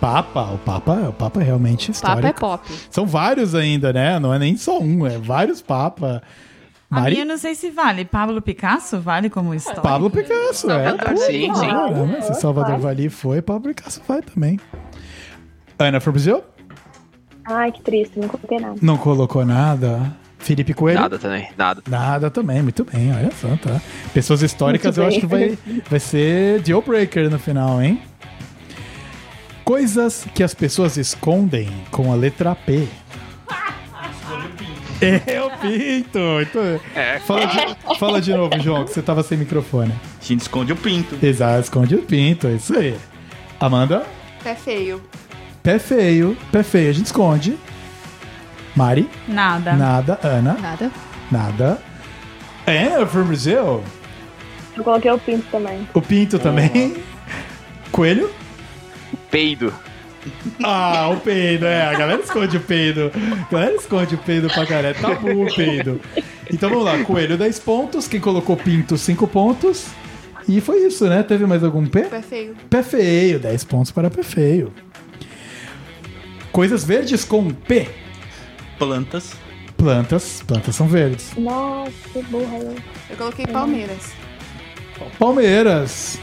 Papa, o Papa, o Papa é realmente histórico.
Papa é pop.
São vários ainda, né? Não é nem só um, é vários Papa.
A
Mari,
minha eu não sei se vale. Pablo Picasso vale como história.
Pablo Picasso, é.
Salvador
Sim,
Dali.
sim.
Claro, né? se Salvador Vali foi, Pablo Picasso vai também. Ana from Brasil?
Ai, que triste, não coloquei nada.
Não colocou nada. Felipe Coelho?
Nada também. Nada.
Nada também, muito bem, olha só, tá. Pessoas históricas eu
Muito
acho que vai, vai ser deal breaker no final, hein? Coisas que as pessoas escondem com a letra P. É o pinto. Então, fala, de, fala de novo, João, que você tava sem microfone.
A gente esconde o pinto.
Exato, esconde o pinto, é isso aí. Amanda?
Pé feio.
Pé feio, pé feio, a gente esconde. Mari,
Nada.
nada. Ana,
Nada.
nada. É, from Brazil.
Eu coloquei o pinto também.
O Pinto também. Coelho,
Peido.
Ah, o peido, é. A galera esconde o peido. A galera esconde o peido pra caralho. Tá bom o peido. Então vamos lá. Coelho, 10 pontos. Quem colocou pinto, 5 pontos. E foi isso, né? Teve mais algum P?
Pé feio.
Pé feio, 10 pontos para pé feio. Coisas verdes com P.
Plantas.
Plantas, plantas são verdes.
Nossa, que burra. né?
Eu coloquei Palmeiras.
Palmeiras.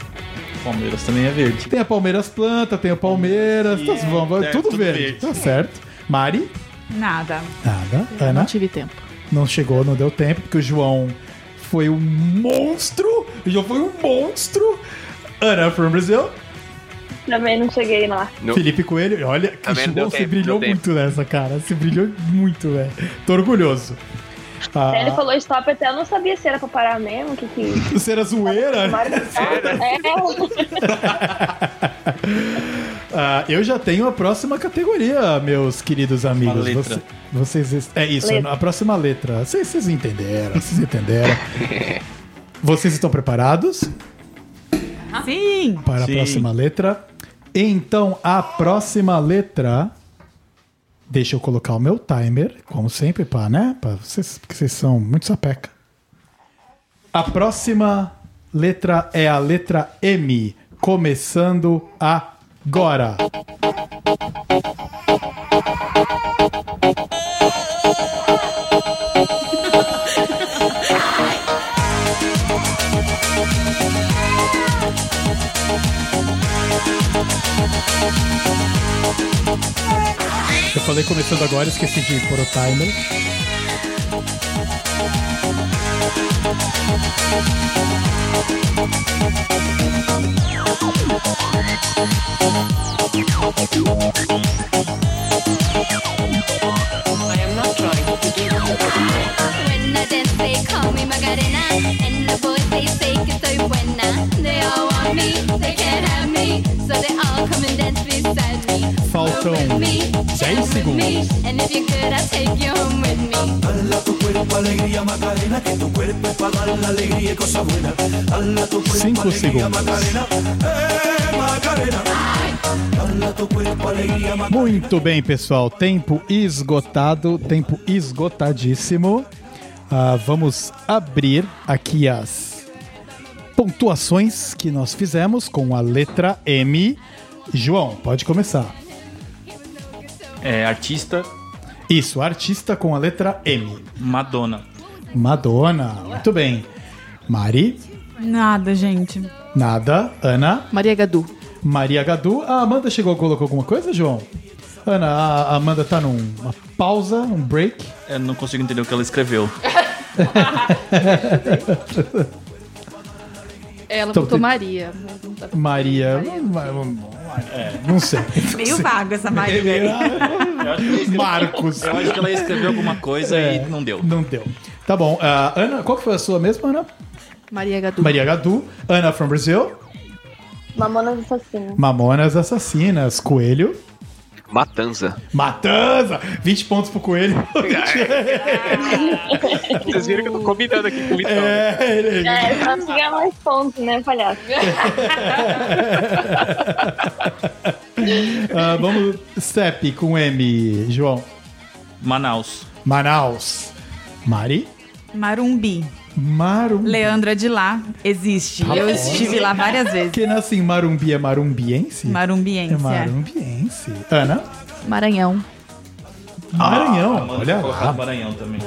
Palmeiras também é verde.
Tem a Palmeiras planta, tem o Palmeiras. tá,
Yeah.
vamos,
É,
tudo,
tudo
verde.
verde.
Tá certo. Mari?
Nada.
Nada. Ana?
Não tive tempo.
Não chegou, não deu tempo, porque o João foi um monstro. O João foi um monstro. Ana from Brasil.
Também não cheguei lá.
Não.
Felipe Coelho. Olha, que
Também não
João
deu
se
tempo,
brilhou
não deu
muito nessa, cara. Se brilhou muito, velho. Tô orgulhoso. Ah,
Daí Ele falou stop até eu não sabia se era pra parar mesmo, o que que...
Você era zoeira?
Tomara que É,
Ah, eu já tenho a próxima categoria, meus queridos amigos.
letra.
Você- vocês est- é isso,
Letra.
a próxima letra. Vocês vocês entenderam, vocês entenderam. vocês estão preparados
Sim.
para
Sim.
a próxima letra? Então, a próxima letra. Deixa eu colocar o meu timer, como sempre, pá, né? Pra vocês, porque vocês são muito sapeca. A próxima letra é a letra M, começando agora. Eu falei começando agora, esqueci de pôr o timer.
When I dance, they call me Macarena, and the boys they say que soy buena. They all want me, they can't have me, so they all come and dance beside me.
Faltam
Move with me,
10
jam with
segundos.
me, And if you're good, I'll take you home with me.
Cinco segundos. Muito bem, pessoal. Tempo esgotado, tempo esgotadíssimo. Ah, vamos abrir aqui as pontuações que nós fizemos com a letra M. João, pode começar.
É artista.
Isso, artista com a letra M.
Madonna.
Madonna, muito bem. Mari,
Nada, gente.
nada. Ana.
Maria Gadu.
Maria Gadu. A Amanda chegou e colocou alguma coisa, João? Ana, a a Amanda tá numa pausa, um break.
Eu não consigo entender o que ela escreveu.
Ela
Então,
botou
tem-
Maria. mas não tá-
Maria. É, Não sei.
Meio vago essa Maria.
Eu acho que ela escreveu-
Marcos.
eu acho que ela escreveu alguma coisa
É.
e não deu.
Não deu. Tá bom. ah, Ana, qual que foi a sua mesma, Ana?
Maria Gadu.
Maria Gadu. Ana from Brazil.
Mamonas Assassinas.
Mamonas Assassinas. Coelho.
Matanza.
Matanza! 20 pontos pro coelho.
Vocês viram que eu tô combinando aqui com o Vitão. né?
É, ele-
É, só pra ganhar mais pontos, né, palhaço?
Ah, vamos, Step com M, João.
Manaus.
Manaus. Mari.
Marumbi.
Marum.
Leandra de lá existe.
Tá
Eu estive lá várias vezes.
Quem nasce em Marumbi é marumbiense?
Marumbiense.
É marumbiense. Ana?
Maranhão.
Ah,
Maranhão.
Amanda
Olha
tinha colocado
lá.
Maranhão também.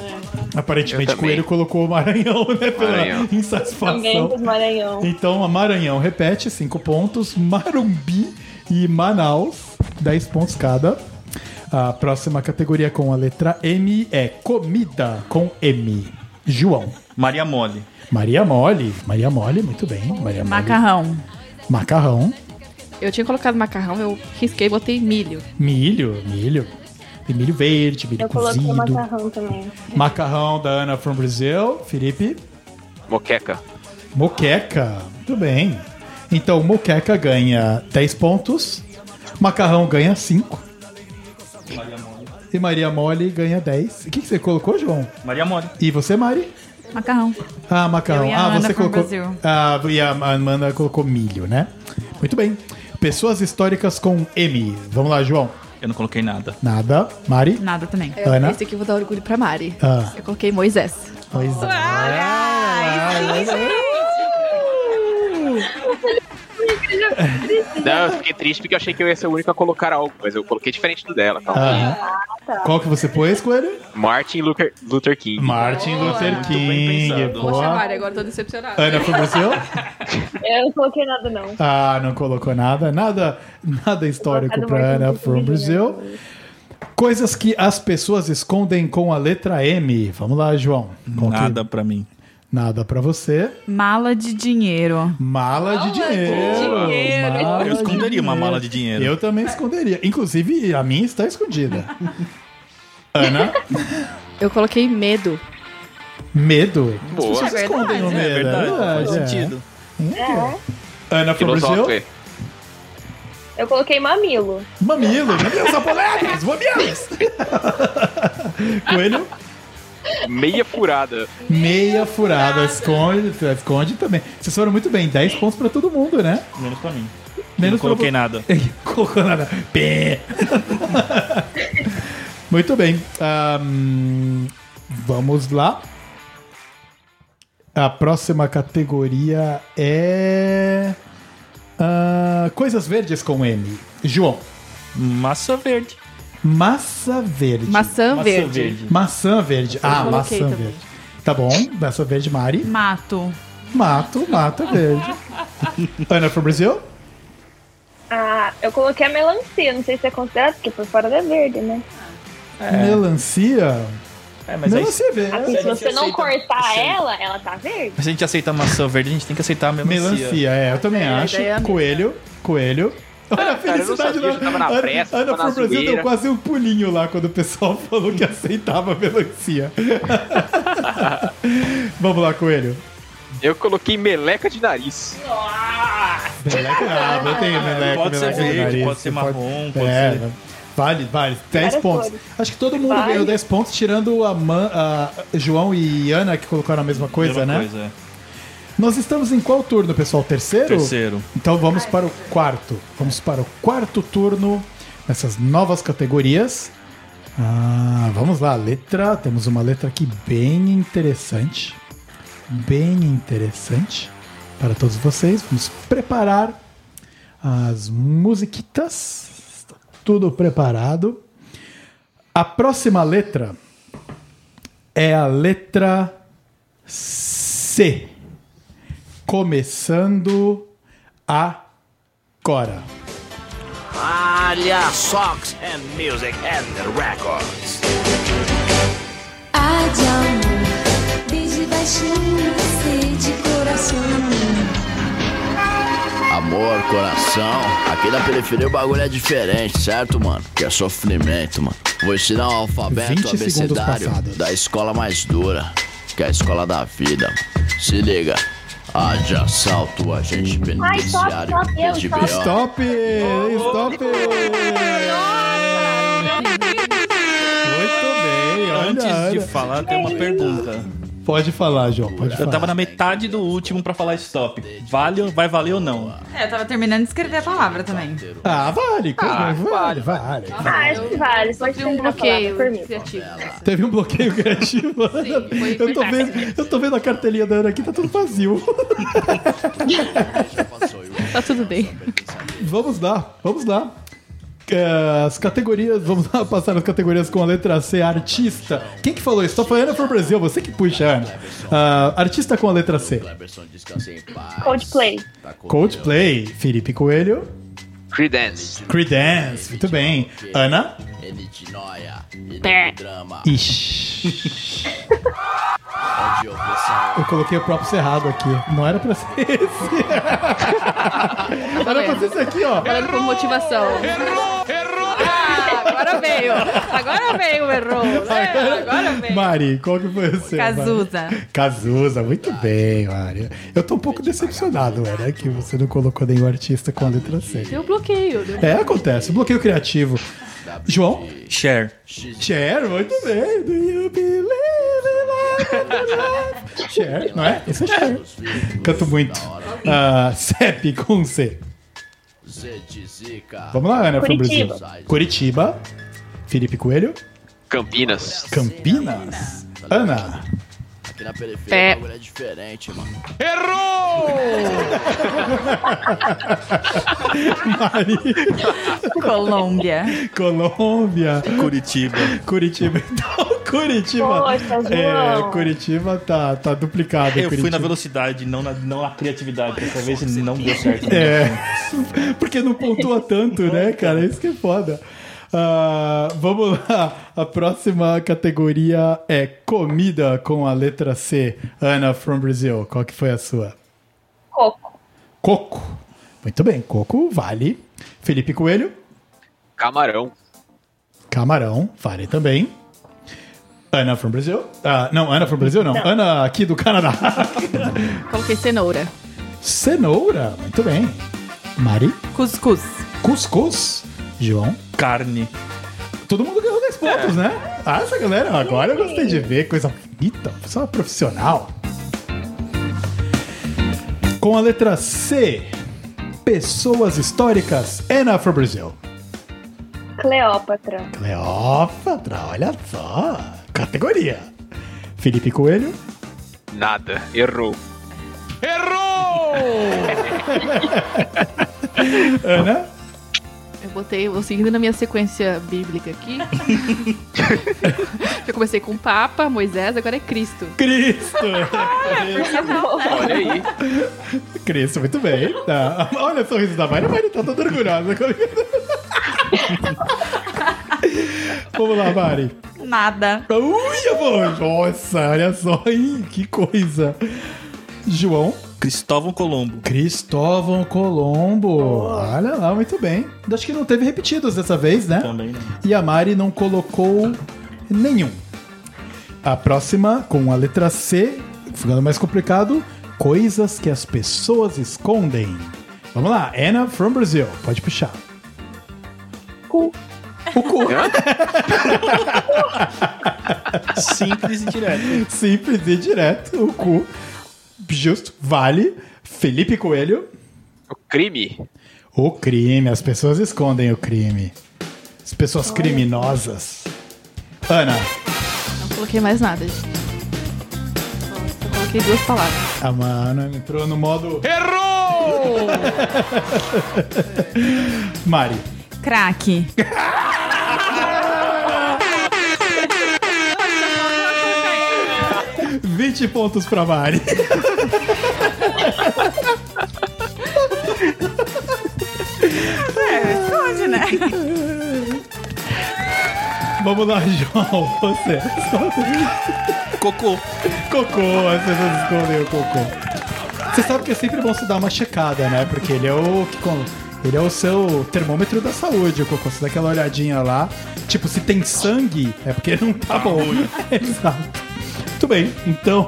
Aparentemente
Eu
o
também.
Coelho colocou o Maranhão, né? Pela
Maranhão.
Ninguém
insatisfação.
dos Maranhão.
Então, a Maranhão repete, 5 pontos. Marumbi e Manaus, 10 pontos cada. A próxima categoria com a letra M é comida com M. João.
Maria Mole.
Maria Mole. Maria Mole, muito bem. Maria Mole.
Macarrão.
Macarrão.
Eu tinha colocado macarrão, eu risquei e botei milho.
Milho. Milho. Tem milho verde, milho
Eu coloquei
cozido.
macarrão também.
Macarrão da Ana from Brazil. Felipe,
Moqueca.
moqueca. Muito bem. Então, moqueca ganha 10 pontos. Macarrão ganha 5. E Maria Mole ganha 10. O que, que você colocou, João?
Maria Mole.
E você, Mari?
Macarrão.
Ah, macarrão.
Eu e a
ah,
Ana
você
from
colocou.
Brazil.
Ah, e a Amanda colocou milho, né? Muito bem. Pessoas históricas com M. Vamos lá, João.
Eu não coloquei nada.
Nada. Mari.
Nada também.
É,
Tá, Ana?
Esse aqui eu vou dar orgulho pra Mari.
Ah.
Eu coloquei Moisés.
Pois é.
Não, eu fiquei triste porque eu achei que eu ia ser o único a colocar algo, mas eu coloquei diferente do dela. calma.
Aham. Qual que você pôs, Coelho?
Martin Luther, Luther King.
Ah. Martin Luther King.
pensado.
Poxa,
Boa.
Mari, agora tô decepcionada.
Ana, foi você?
Eu não coloquei nada, não.
Ah, não colocou nada. Nada, nada histórico
Colocado
pra
mais
Ana
um
from Brazil. Coisas que as pessoas escondem com a letra M. Vamos lá, João. Qual que-
Nada pra mim.
Nada pra você.
Mala de dinheiro.
Mala de dinheiro. Mala
Eu esconderia uma mala de dinheiro.
Ah, Eu também esconderia. Inclusive, a minha está escondida. Ana,
Eu coloquei medo.
medo.
Boa.
As pessoas
É
escondem o
verdade,
medo.
É verdade, faz
é.
sentido.
Ana from Brazil.
Filosófico.
Eu coloquei mamilo.
Mamilos, mamilos apolêmicos, mamilos. Coelho,
é. Meia furada.
meia furada, esconde, esconde também. Vocês foram muito bem, 10 pontos pra todo mundo, né?
Menos pra mim.
Menos
não coloquei
pra...
nada.
nada. Colocou nada. Pé. muito bem. Ahn, vamos lá. A próxima categoria é... ah, coisas verdes com M. João,
Massa verde.
massa verde.
Maçã,
Massa
verde.
Maçã verde. Ah, maçã
coloquei também.
verde. Tá bom, maçã verde, Mari.
Mato.
Mato, mata verde. Ana for Brasil?
Ah, eu coloquei a melancia, não sei se é considerado, porque por fora da verde, né?
Melancia?
É, mas aí,
melancia é verde.
Assim, se
a gente
você não
aceita-
cortar
aceita.
ela, ela tá verde.
se a gente aceita maçã verde, a gente tem que aceitar a melancia.
Melancia, é, eu também
a
acho.
ideia é a mesma.
Coelho, coelho. Olha a
cara, eu não
felicidade
sabia, eu tava na
Ana-
pressa,
Ana
tava na
for Brasil deu
zoeira.
quase um pulinho lá quando o pessoal falou que aceitava a melancia. Vamos lá, coelho.
Eu coloquei meleca de nariz.
Meleca, ah, não tem meleca.
Pode ser
meleca no
verde,
nariz,
pode ser marrom, pode
é,
ser-
Vale, vale. 10
Várias
pontos.
cores.
Acho que todo mundo
Vale.
ganhou 10 pontos, tirando a, Man- a João e Ana, que colocaram a mesma coisa,
Mesma
né?
coisa, é.
Nós estamos em qual turno, pessoal? Terceiro?
Terceiro.
Então vamos para o quarto. Vamos para o quarto turno nessas novas categorias. Ah, vamos lá, letra. Temos uma letra aqui bem interessante. Bem interessante para todos vocês. Vamos preparar as musiquitas. Está tudo preparado. A próxima letra é a letra C. Começando agora.
Palha, socks and music and records.
Ah, de amor, desde baixinho, sei de coração.
Amor, coração. Aqui na periferia o bagulho é diferente, certo, mano? Que é sofrimento, mano. Vou ensinar o
20
alfabeto
segundos
abecedário
passados.
da escola mais dura, que é a escola da vida. mano. Se liga. A de assalto, agente penitenciário,
stop, stop,
de
stop.
B.O.
Stop! Stop! Muito bem,
Antes
olha,
de
olha. Ah,
falar, tem uma pergunta.
Pode falar, João, pode
Eu
falar.
tava na metade do último pra falar stop. Vale, vai valer ou não?
É, eu tava terminando de escrever a palavra também.
Ah, vale, vale, vale,
Ah, acho que vale, pode ter
Um bloqueio
por mim.
criativo. nessa.
Teve um bloqueio criativo. Ana.
foi-
eu, tô
foi
vendo, eu tô vendo a cartelinha da Ana aqui, tá tudo vazio.
Tá tudo bem.
Vamos lá, vamos lá. É, As categorias, vamos lá passar as categorias com a letra C, artista. Quem que falou isso? Só foi Ana for Brasil, você que puxa, Ana. Ah, artista com a letra C.
Coldplay.
Coldplay, Felipe Coelho,
Creedence.
Creedence, muito bem. Ana? Ixi. Eu coloquei o próprio errado aqui. Não era pra ser esse. era pra ser esse aqui, ó.
Falando com motivação. Ah, agora veio. Agora veio o erro. É, agora veio.
Mari, qual que foi o seu? Mari?
Cazuza.
Cazuza, muito bem, Mari. Eu tô um pouco decepcionado, né, que você não colocou nenhum artista com a letra C.
Deu um bloqueio. deu-
É, acontece. Bloqueio criativo. João?
Share.
Cher, muito bem. Do you believe in love? Cher, não é? Isso é Cher. Canto muito. Ah, CEP com C.
Sete zica.
Vamos lá, Ana from Brasil.
Curitiba.
Curitiba. Felipe Coelho.
Campinas.
Campinas. Ana.
Aqui na
Pé.
periferia o bagulho é diferente, mano.
Mari.
Colômbia.
Colômbia.
Curitiba.
Curitiba. Então, Curitiba.
Poxa,
É,
João.
Curitiba tá, tá duplicado.
Eu fui
Curitiba.
na velocidade, não na, não na criatividade. Dessa vez não deu certo.
É. Porque não pontua tanto, né, cara? Isso que é foda. Ah, vamos lá. A próxima categoria é comida com a letra C. Ana from Brazil. Qual que foi a sua?
Coco.
Coco. Muito bem, coco vale. Felipe Coelho,
Camarão.
camarão, vale também. Ana from Brazil. Ah, não, Ana from Brazil não. Ana aqui do Canadá.
Coloquei cenoura.
Cenoura, muito bem. Mari,
Cuscuz.
cuscuz. João,
Carne.
Todo mundo ganhou 10 pontos, né? Ah, essa galera, agora eu gostei de ver. Coisa bonita, pessoa profissional. Com a letra C, pessoas históricas, Ana for Brasil.
Cleópatra.
Cleópatra, olha só. Categoria. Felipe Coelho.
Nada. Errou.
Ana.
Eu botei, eu seguindo na minha sequência bíblica aqui. eu comecei com Papa, Moisés, agora é Cristo.
Cristo.
Olha aí.
Cristo, muito bem. Tá. Olha o sorriso da Mari. A Mari tá toda orgulhosa. Vamos lá, Mari.
Nada.
Uia, mano! Nossa, olha só, hein? Que coisa! João
Cristóvão Colombo.
Cristóvão Colombo. Olha lá, muito bem. Acho que não teve repetidos dessa vez, né?
Também, né?
E a Mari não colocou nenhum. A próxima, com a letra C, ficando mais complicado, coisas que as pessoas escondem. Vamos lá, Ana from Brazil, pode puxar. O cu.
Simples e direto.
Simples e direto, o cu. Justo, vale. Felipe Coelho.
O crime.
O crime, as pessoas escondem o crime. As pessoas criminosas. Ana,
Não coloquei mais nada, gente. Só coloquei duas palavras.
a Mana entrou no modo. Errou! Mari.
Craque.
Mari, 20 pontos pra Mari.
Onde, né?
Vamos lá, João, você.
Cocô.
Cocô, as pessoas escondem o cocô. Você sabe que é sempre bom se dar uma checada, né? Porque ele é o que con- ele é o seu termômetro da saúde, o cocô. Você dá aquela olhadinha lá. Tipo, se tem sangue, é porque não tá bom. Exato. Muito bem, então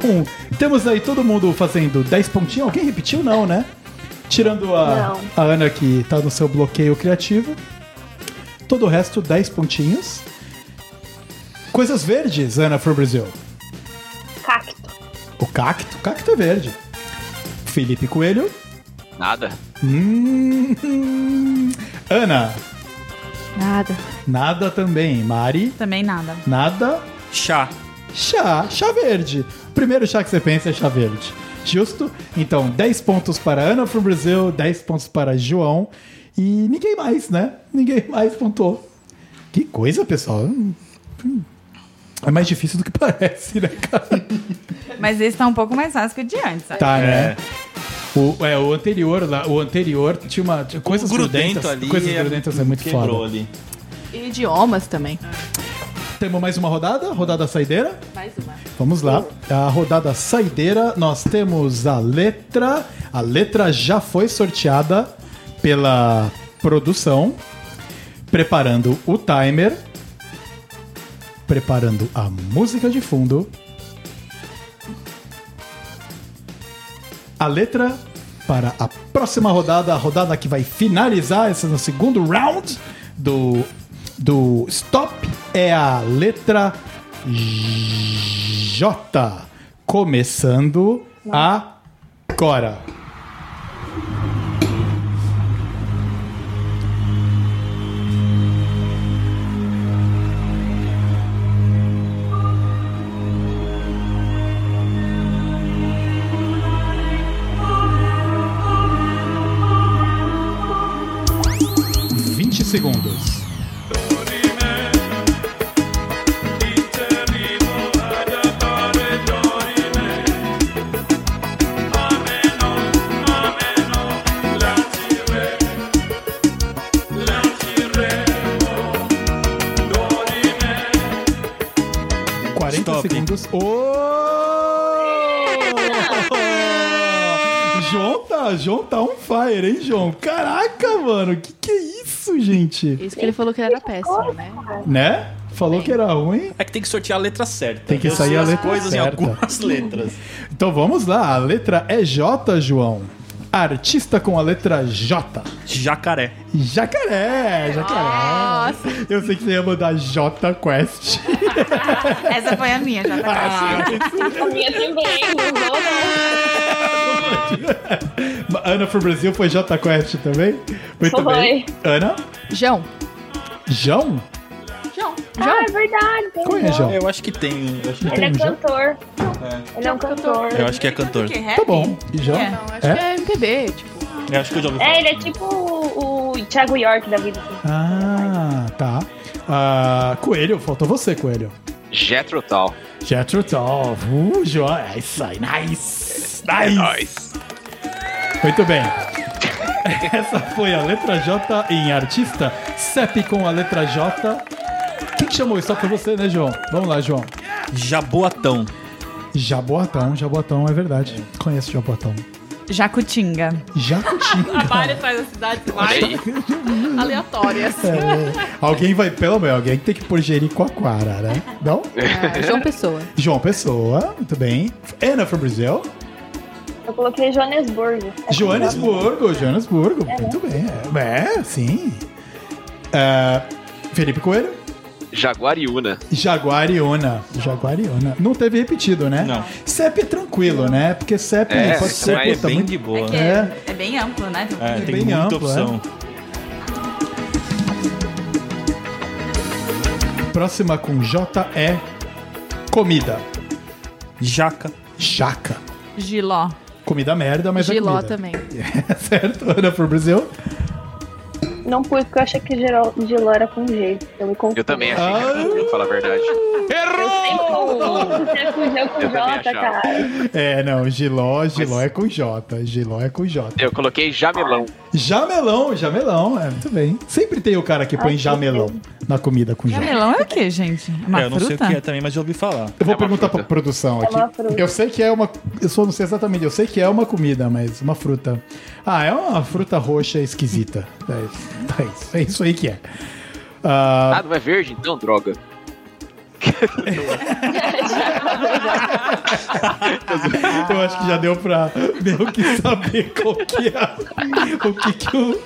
temos aí todo mundo fazendo 10 pontinhos. Alguém repetiu? Não, né? Tirando a,
Não.
a Ana que tá no seu bloqueio criativo. Todo o resto, 10 pontinhos. Coisas verdes, Ana for Brasil.
Cacto.
O cacto? Cacto é verde. Felipe Coelho.
Nada.
Hum. Ana.
Nada.
Nada também. Mari.
Também nada.
Nada.
Chá.
Chá. Chá verde. Primeiro chá que você pensa é chá verde. Justo? Então, 10 pontos para Ana from Brasil, 10 pontos para João. E ninguém mais, né? Ninguém mais pontuou. Que coisa, pessoal. Hum, hum. É mais difícil do que parece, né, cara?
Mas esse tá um pouco mais fácil que o de antes. sabe?
Tá,
É.
né? O, é, o anterior lá, o anterior tinha uma. Tinha coisas grudentas.
Grudento ali.
coisas
é-
grudentas é muito
quebrou
foda.
ali.
E idiomas também.
Temos mais uma rodada, rodada saideira.
Mais uma.
Vamos lá. A rodada saideira, nós temos a letra. A letra já foi sorteada pela produção, preparando o timer, preparando a música de fundo. A letra para a próxima rodada, a rodada que vai finalizar esse no segundo round do do stop é a letra J, começando agora. 40
Stop.
segundos. Oh! João tá, João tá on fire, hein, João? Caraca, mano, que que é isso, gente?
Isso que ele falou que era péssimo, né?
Né? Falou que era ruim.
É que tem que sortear a letra certa.
Tem que
Eu
sair
sei
a
as
letra
coisas
certa.
em algumas letras.
Então vamos lá, a letra é J, João. Artista com a letra J.
Jacaré.
Jacaré, jacaré.
Nossa,
Eu sei que você ia mandar J Quest.
Essa foi a minha, já tá
A minha também, mudou, né?
Ana pro Brasil foi J Quest também? Muito
Foi.
bem. Ana?
João.
João?
João.
Ah, é verdade. tem
Qual é,
um
João?
Eu acho que tem. Eu acho que,
Ele é
Tem um João?
cantor. Ele é um cantor.
eu acho que é cantor.
Tá bom. João?
Acho que é MPB, tipo.
Eu acho que eu já ouvi falar.
É, ele é tipo o, o Thiago York da vida. assim.
Ah, tá. Ah, Coelho, faltou você, Coelho.
Jetro Tal.
Jethro Tull. Uh, João. É isso aí. Nice.
É
Nice.
nóis.
Muito bem. Essa foi a letra J em artista. CEP com a letra J. Quem que chamou isso? Só foi você, né, João? Vamos lá, João.
Jaboatão.
Jaboatão, Jaboatão, é verdade. Conheço Jaboatão.
Jacutinga.
Jacutinga.
atrás da cidade
Olha aí.
aleatórias.
É. alguém vai, pelo menos, alguém tem que pôr Jericoacoara, né? Não?
É.
Ah, João Pessoa.
João Pessoa, muito bem. Ana from Brazil.
Eu coloquei Joanesburgo. É
Joanesburgo, Joanesburgo, muito bem. É, é, sim. Ah, Felipe Coelho.
Jaguariúna.
Jaguariona. Jaguariona. Não teve repetido, né?
Não.
CEP é tranquilo, né? Porque CEP
É,
pode ser
É
mas
puta,
bem
muito...
de boa.
Que
né?
É.
é, é bem amplo, né?
É,
é
tem
bem
muita
amplo,
opção.
Próxima com J é comida.
Jaca.
Jaca.
Giló.
Comida merda, mas
Giló
é comida.
também.
certo, Ana pro Brasil.
verdade. assim. Não pus, porque eu achei que Gerol- Giló era com G. Eu me confundo.
Eu também achei que era pra falar a verdade.
Sempre confundo se é com G ou com
Eu também
J,
achava.
cara.
É, não, Giló, Giló
Mas-
é com J, Giló é com J.
Eu coloquei Jamelão.
Jamelão, jamelão, é, muito bem. Sempre tem o cara que põe jamelão na comida com J.
Camelão é o quê, gente? Uma
É, eu não sei o
fruta?
que é também, mas já ouvi falar.
Eu vou
É uma
perguntar
fruta.
pra produção aqui.
uma fruta.
eu sei que é uma. Eu só não sei exatamente, eu sei que é uma comida, mas uma fruta. Ah, é uma fruta roxa esquisita. É isso, tá isso, é isso aí que é. Ah,
Ah, não é verde? Então, droga.
eu acho que já deu pra meio que saber qual que é, o que, que o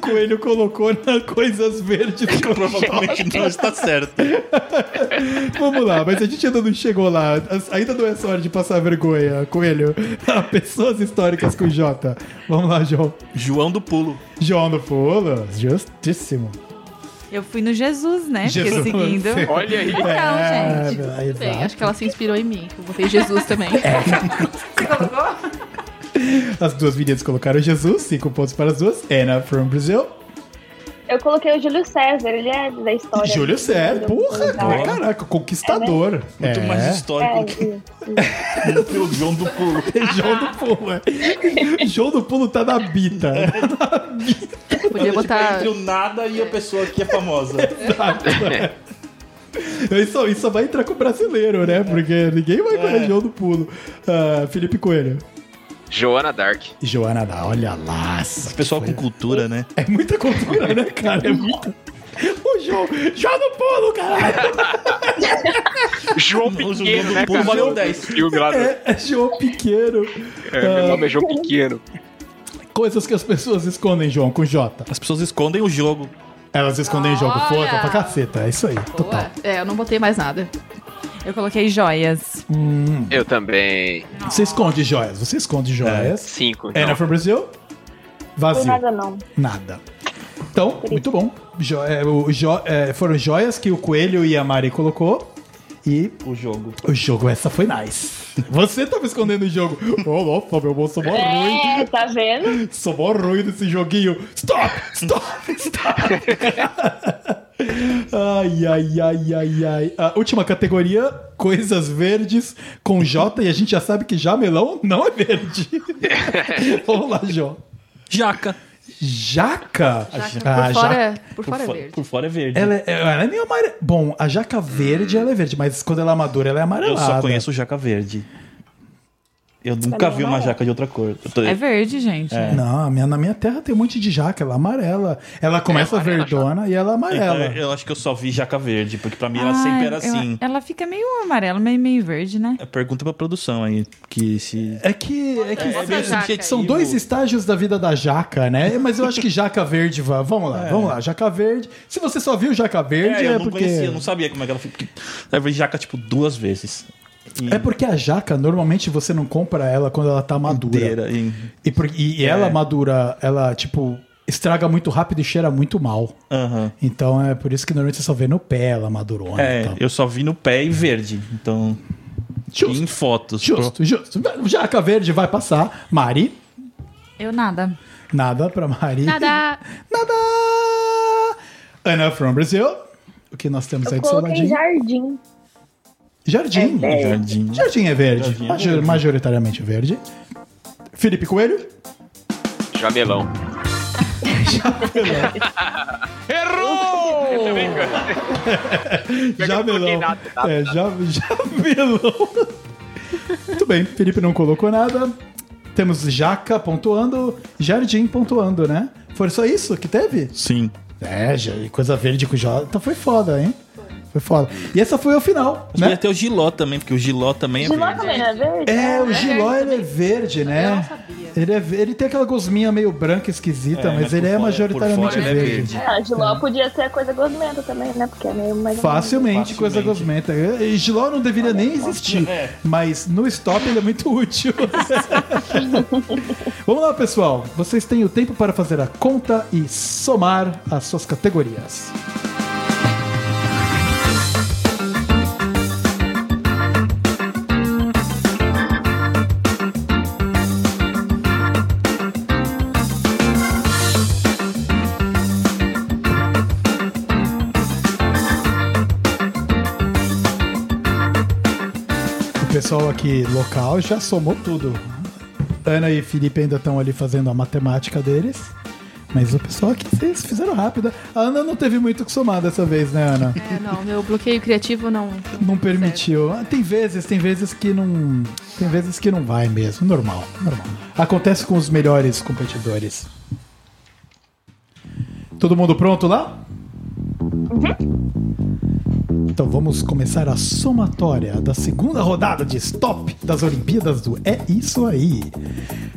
coelho colocou na coisas verdes.
Provavelmente não está certo.
Vamos lá, mas a gente ainda não chegou lá. Ainda não é só hora de passar vergonha, Coelho. Pessoas históricas com J. Vamos lá, João.
João do Pulo.
João do Pulo, justíssimo.
é.
Eu fui no Jesus, né?
Jesus.
Fiquei seguindo.
Olha aí.
Então,
É,
gente.
é,
Bem,
exato.
acho que ela se inspirou em mim. que Eu botei Jesus também.
É,
As duas meninas colocaram Jesus, cinco pontos para as duas. Ana from Brazil.
Eu coloquei o Júlio César, ele é da história.
Júlio César, porra,
É,
caraca, conquistador.
Muito
é.
mais histórico
de-
do que o João do Pulo.
João do Pulo, é. João do Pulo tá na bita.
Podia botar.
tipo, Entre o nada e a pessoa que é famosa.
Então Isso, só- isso só vai entrar com o brasileiro, né? Porque ninguém vai conhecer João do Pulo. Ah, Felipe Coelho.
Joana Dark.
Joana da, olha lá.
Esse pessoal com cultura, né?
É muita cultura, né, cara? É muita. O João. João do Pulo, caralho!
João
Nossa, o
Pequeno,
João
né,
do Pulo
cara?
valeu
João
10.
Filme lá do... é,
É, é João Pequeno.
meu nome é João Pequeno.
Coisas que as pessoas escondem, João, com J.
As pessoas escondem o jogo.
Elas escondem jogo.
Olha!
Foda pra caceta. É isso aí. Total.
Boa. É, eu não botei mais nada.
Eu coloquei joias.
Hum,
Eu também.
você esconde joias. Você esconde joias.
Cinco.
É.
então.
Ana from Brasil?
Não
Vazio.
foi nada, não.
Nada. Então, muito bom. Jo- é, o jo- é, foram joias que o Coelho e a Mari colocou. E
O jogo.
o jogo, essa foi nice. Você tava escondendo o jogo. Ô, louco, meu bom, sou mó ruim.
É, tá vendo?
Sou mó ruim desse joguinho. Stop, stop, stop. ai, ai, ai, ai, ai. A última categoria, coisas verdes com J. E a gente já sabe que jamelão não é verde. Vamos lá, Jô.
Jaca.
Jaca?
Jaca,
A
por
jaca-
fora- por fora é
fo-
verde.
Ah, Por fora é verde.
Ela é, ela é meio amarela. Bom, a jaca verde ela é verde, mas quando ela é madura, ela é
Eu
amarelada.
só conheço jaca verde. Eu nunca vi uma jaca de outra cor. Eu tô-
É verde, gente.
É.
Não, a minha- na minha terra tem um monte de jaca, ela é amarela. Ela começa
amarela,
verdona e ela é
Então,
amarela.
eu acho que eu só vi jaca verde, porque pra mim
Ah,
ela sempre
eu-
era assim.
Ela fica meio amarela, meio, meio verde, né?
Pergunta pra produção aí, que se...
É que, é que
É meio
são-
subjetivo.
são dois estágios da vida da jaca, né? Mas eu acho que jaca verde, va- vamos lá, vamos lá, jaca verde. Se você só viu jaca verde,
É,
é,
eu não
porque.
conhecia, eu não sabia como é que ela fica. Eu vi jaca, tipo, duas vezes. E
É porque a jaca, normalmente você não compra ela quando ela tá madura.
inteira, e-
E, por- e- e ela
É.
madura, ela, tipo, estraga muito rápido e cheira muito mal.
Aham.
Então é por isso que normalmente você só vê no pé ela madurona.
É,
e tal.
eu só vi no pé e verde. Então, e em
Justo,
fotos.
justo, justo. Jaca verde vai passar. Mari,
Eu nada.
nada pra Mari.
Nada.
Nada! Ana from Brasil. O que nós temos aí
Eu
do seu
coloquei
ladinho?
jardim.
Jardim.
Pro Jardim.
Jardim é verde.
Jardim é
major-
verde.
Majoritariamente verde. Felipe Coelho.
Jamelão. Errou! Eu também que eu não coloquei
Jamelão.
nada, nada,
É, ja- jamelão. Muito bem, Felipe não colocou nada. Temos Jaca pontuando, Jardim pontuando, né? Foi só isso que teve?
Sim.
É, já- coisa verde com Jota foi foda, hein? Foi foda. E essa foi o final,
Mas
né?
podia ter o giló também, porque o giló também é
Giló
verde.
também não é verde?
É, o Giló
verde
ele é verde, né?
Eu não sabia.
Ele, é, ve- ele tem aquela gosminha meio branca esquisita,
É,
mas
né,
ele
por
é
fora- por
majoritariamente
fora ele é
verde.
verde.
Ah, Giló podia ser coisa gosmenta também, né? Porque é meio mais.
Facilmente, coisa gosmenta. E Giló não deveria nem existir,
É.
mas no stop ele é muito útil. Vamos lá, pessoal. Vocês têm o tempo para fazer a conta e somar as suas categorias. O pessoal aqui local já somou tudo. Ana e Felipe ainda estão ali fazendo a matemática deles. Mas o pessoal aqui, vocês fizeram rápida. A Ana não teve muito o que somar dessa vez, né, Ana?
É, não, meu bloqueio criativo não.
Não permitiu. Ah, Tem vezes, tem vezes que não. Tem vezes que não vai mesmo. Normal, normal. Acontece com os melhores competidores. Todo mundo pronto lá? Uhum. Então vamos começar a somatória da segunda rodada de Stop das Olimpíadas do É Isso Aí.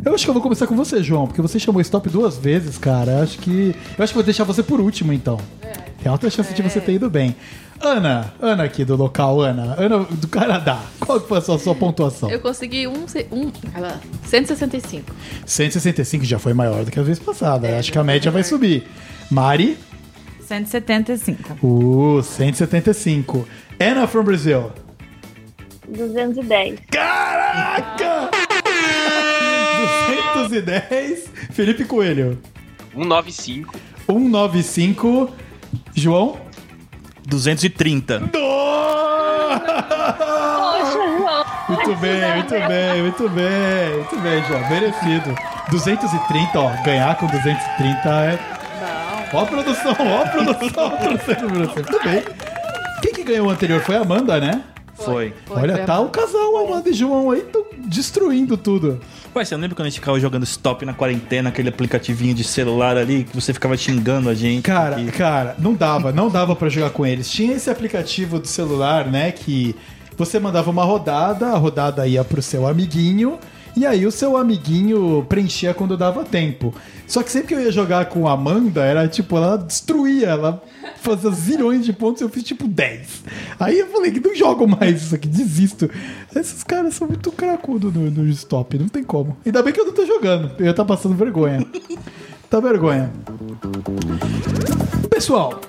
Eu acho que eu vou começar com você, João, porque você chamou Stop duas vezes, cara. Eu acho que. Eu acho que vou deixar você por último, então. Tem alta chance de você ter ido bem. Ana, Ana aqui do local, Ana. Ana do Canadá. Qual que foi a sua, sua pontuação?
Eu consegui um, se- um ah, 165.
165 já foi maior do que a vez passada. Acho que a média vai subir. Mari,
175.
uh, 175. Ana from Brazil.
210.
Caraca! 210. Felipe Coelho.
195.
195. João.
230.
Muito bem, muito bem, muito bem, muito bem, João. Merecido. 230, ó. Ganhar com 230 é. Ó a produção, ó a produção, ó a produção, produção. Muito bem. Quem que ganhou o anterior foi a Amanda, né?
Foi.
Foi,
Olha,
foi a-
tá o casal Amanda e João aí tão destruindo tudo.
Ué, você não lembra quando a gente ficava jogando stop na quarentena, aquele aplicativinho de celular ali, que você ficava xingando a gente? tá
Cara,
que-
cara, não dava, não dava pra jogar com eles. Tinha esse aplicativo do celular, né, que você mandava uma rodada, a rodada ia pro seu amiguinho, e aí o seu amiguinho preenchia quando dava tempo. Só que sempre que eu ia jogar com a Amanda, era tipo, ela destruía, ela fazia zilhões de pontos, eu fiz tipo 10. Aí eu falei que não jogo mais isso aqui, desisto. Esses caras são muito cracudos no, no stop, não tem como. Ainda bem que eu não tô jogando, eu ia tá passando vergonha. Tá vergonha. Pessoal,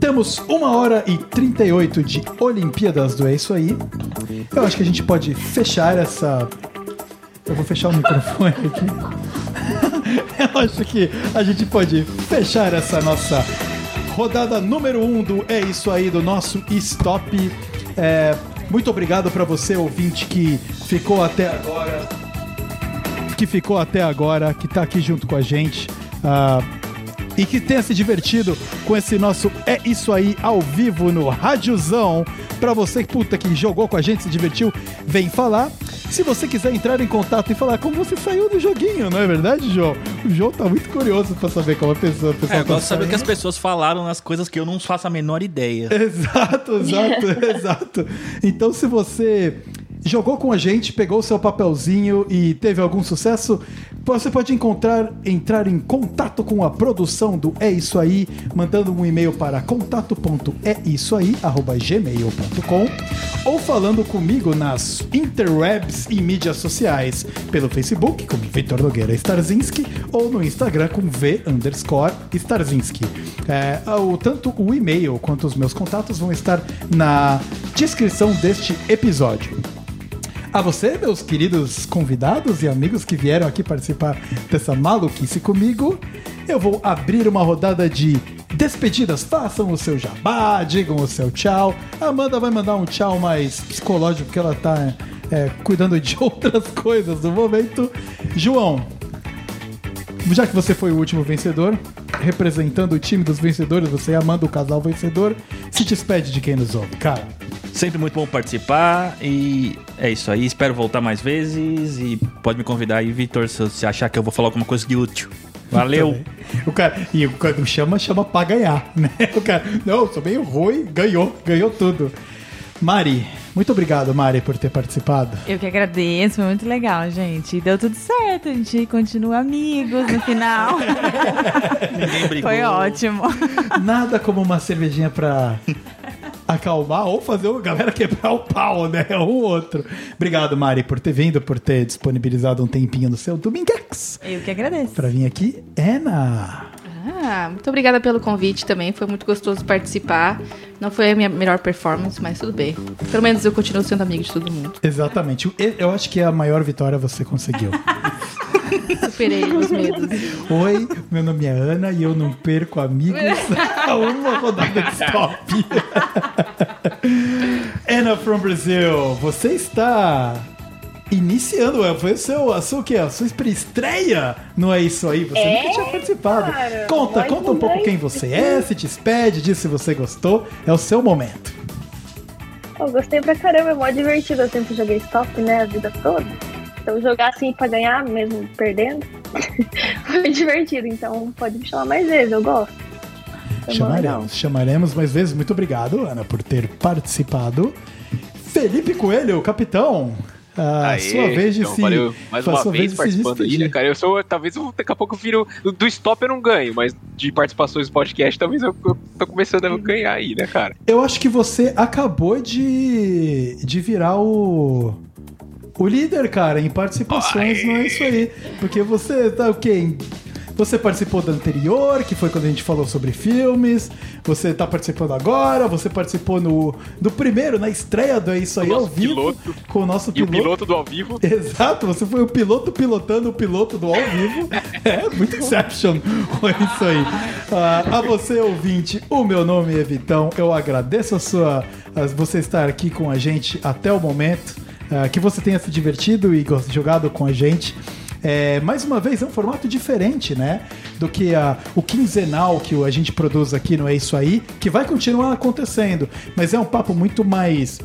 temos uma hora e 38 de Olimpíadas do É Isso Aí. Eu acho que a gente pode fechar essa. Eu vou fechar o microfone aqui. Eu acho que a gente pode fechar essa nossa rodada número 1 um do É Isso Aí, do nosso Stop. É, muito obrigado para você, ouvinte, que ficou até agora que ficou até agora, que tá aqui junto com a gente. Ah, e que tenha se divertido com esse nosso É Isso Aí ao vivo no Radiozão. Pra você, puta, que jogou com a gente, se divertiu, vem falar. Se você quiser entrar em contato e falar como você saiu do joguinho, não é verdade, João? O João tá muito curioso pra saber como a pessoa... a pessoa
É, eu
tá
gosto de saber o que as
saindo.
pessoas falaram nas coisas que eu não faço a menor ideia.
Exato, exato, exato. Então, se você jogou com a gente, pegou o seu papelzinho e teve algum sucesso, você pode encontrar, entrar em contato com a produção do É Isso Aí, mandando um e-mail para é contato.eiçoaí@gmail.com ou falando comigo nas interwebs e mídias sociais, pelo Facebook como Vitor Nogueira Starzinski ou no Instagram com V underscore Starzinski. É, o- tanto o e-mail quanto os meus contatos vão estar na descrição deste episódio. A você, meus queridos convidados e amigos que vieram aqui participar dessa maluquice comigo, eu vou abrir uma rodada de despedidas. Façam o seu jabá, digam o seu tchau. A Amanda vai mandar um tchau mais psicológico, porque ela tá é, cuidando de outras coisas no momento. João, já que você foi o último vencedor, representando o time dos vencedores, você é e Amanda, o casal vencedor, se despede de quem nos ouve, cara.
Sempre muito bom participar e é isso aí. Espero voltar mais vezes e pode me convidar aí, Vitor, se você achar que eu vou falar alguma coisa de útil. Valeu!
Muito bem. O cara, e o cara chama, chama pra ganhar, né? O cara, não, sou meio ruim, ganhou, ganhou tudo. Mari, muito obrigado, Mari, por ter participado.
Eu que agradeço, foi muito legal, gente. Deu tudo certo, a gente continua amigos no final.
Ninguém brigou.
Foi ótimo.
Nada como uma cervejinha pra acalmar ou fazer a galera quebrar o pau, né? Um ou outro. Obrigado, Mari, por ter vindo, por ter disponibilizado um tempinho no seu Dominguex
Eu que agradeço.
pra vir aqui. é Ana,
Ah, muito obrigada pelo convite também. Foi muito gostoso participar. Não foi a minha melhor performance, mas tudo bem. Pelo menos eu continuo sendo amigo de todo mundo.
exatamente. Eu acho que é a maior vitória você conseguiu.
Superei os medos.
Oi, meu nome é Ana e eu não perco amigos a uma rodada de stop. Ana from Brazil, você está iniciando, é, foi o seu, a sua, o quê? A sua estreia, não é isso aí? Você nunca tinha participado. conta,
nós
conta um pouco
mudamos.
quem você é, se despede, diz se você gostou, é o seu momento.
Eu gostei pra caramba, é mó divertido. Eu sempre joguei stop, né, a vida toda. Então jogar assim pra ganhar, mesmo perdendo, foi divertido. Então pode me chamar mais vezes, eu gosto. Foi mó legal.
Chamaremos, chamaremos mais vezes. Muito obrigado, Ana, por ter participado. Felipe Coelho, capitão. A
Aê,
sua vez de
então,
se.
Valeu mais
a
uma
sua
vez
de se
participando aí, né,
despedir.
cara? Eu sou, talvez eu, daqui a pouco eu viro. Do stop eu não ganho, mas de participações do podcast, talvez eu, eu tô começando a ganhar aí, né, cara?
Eu acho que você acabou de, de virar o. O líder, cara, em participações, não é isso aí. Porque você tá o quê? Você participou da anterior, que foi quando a gente falou sobre filmes. Você tá participando agora, você participou no do primeiro, na estreia do É Isso Aí
nosso
ao vivo.
piloto.
Com o nosso
E o
piloto.
piloto do ao vivo.
Exato, você foi o piloto pilotando o piloto do ao vivo. É, muito Inception. Foi isso aí. Ah, a você, ouvinte, o meu nome é Vitão. Eu agradeço a sua, a você estar aqui com a gente até o momento. Ah, que você tenha se divertido e gos- jogado com a gente. É, mais uma vez, é um formato diferente, né? Do que a- o quinzenal que o- a gente produz aqui no É Isso Aí, que vai continuar acontecendo, mas é um papo muito mais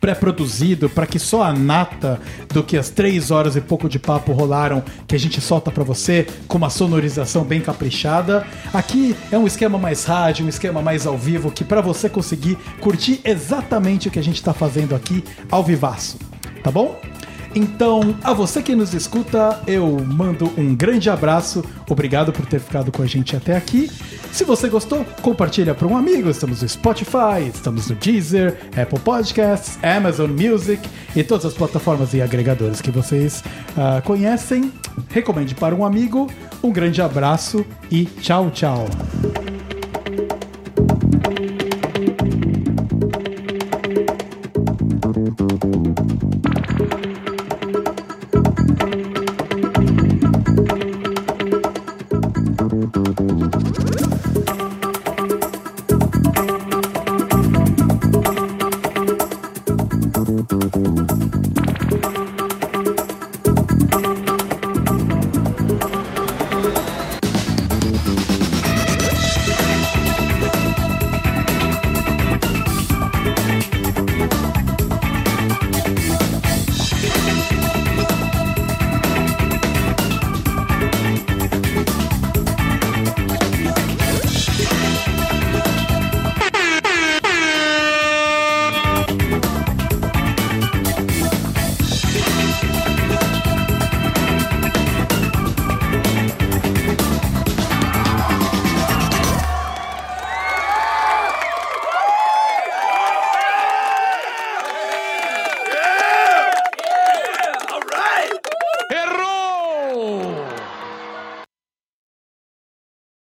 pré-produzido para que só a nata do que as três horas e pouco de papo rolaram que a gente solta para você com uma sonorização bem caprichada. Aqui é um esquema mais rádio, um esquema mais ao vivo que para você conseguir curtir exatamente o que a gente tá fazendo aqui ao vivaço, tá bom? Então, a você que nos escuta, eu mando um grande abraço. Obrigado por ter ficado com a gente até aqui. Se você gostou, compartilha para um amigo. Estamos no Spotify, estamos no Deezer, Apple Podcasts, Amazon Music e todas as plataformas e agregadores que vocês ah, conhecem. Recomende para um amigo. Um grande abraço e tchau, tchau.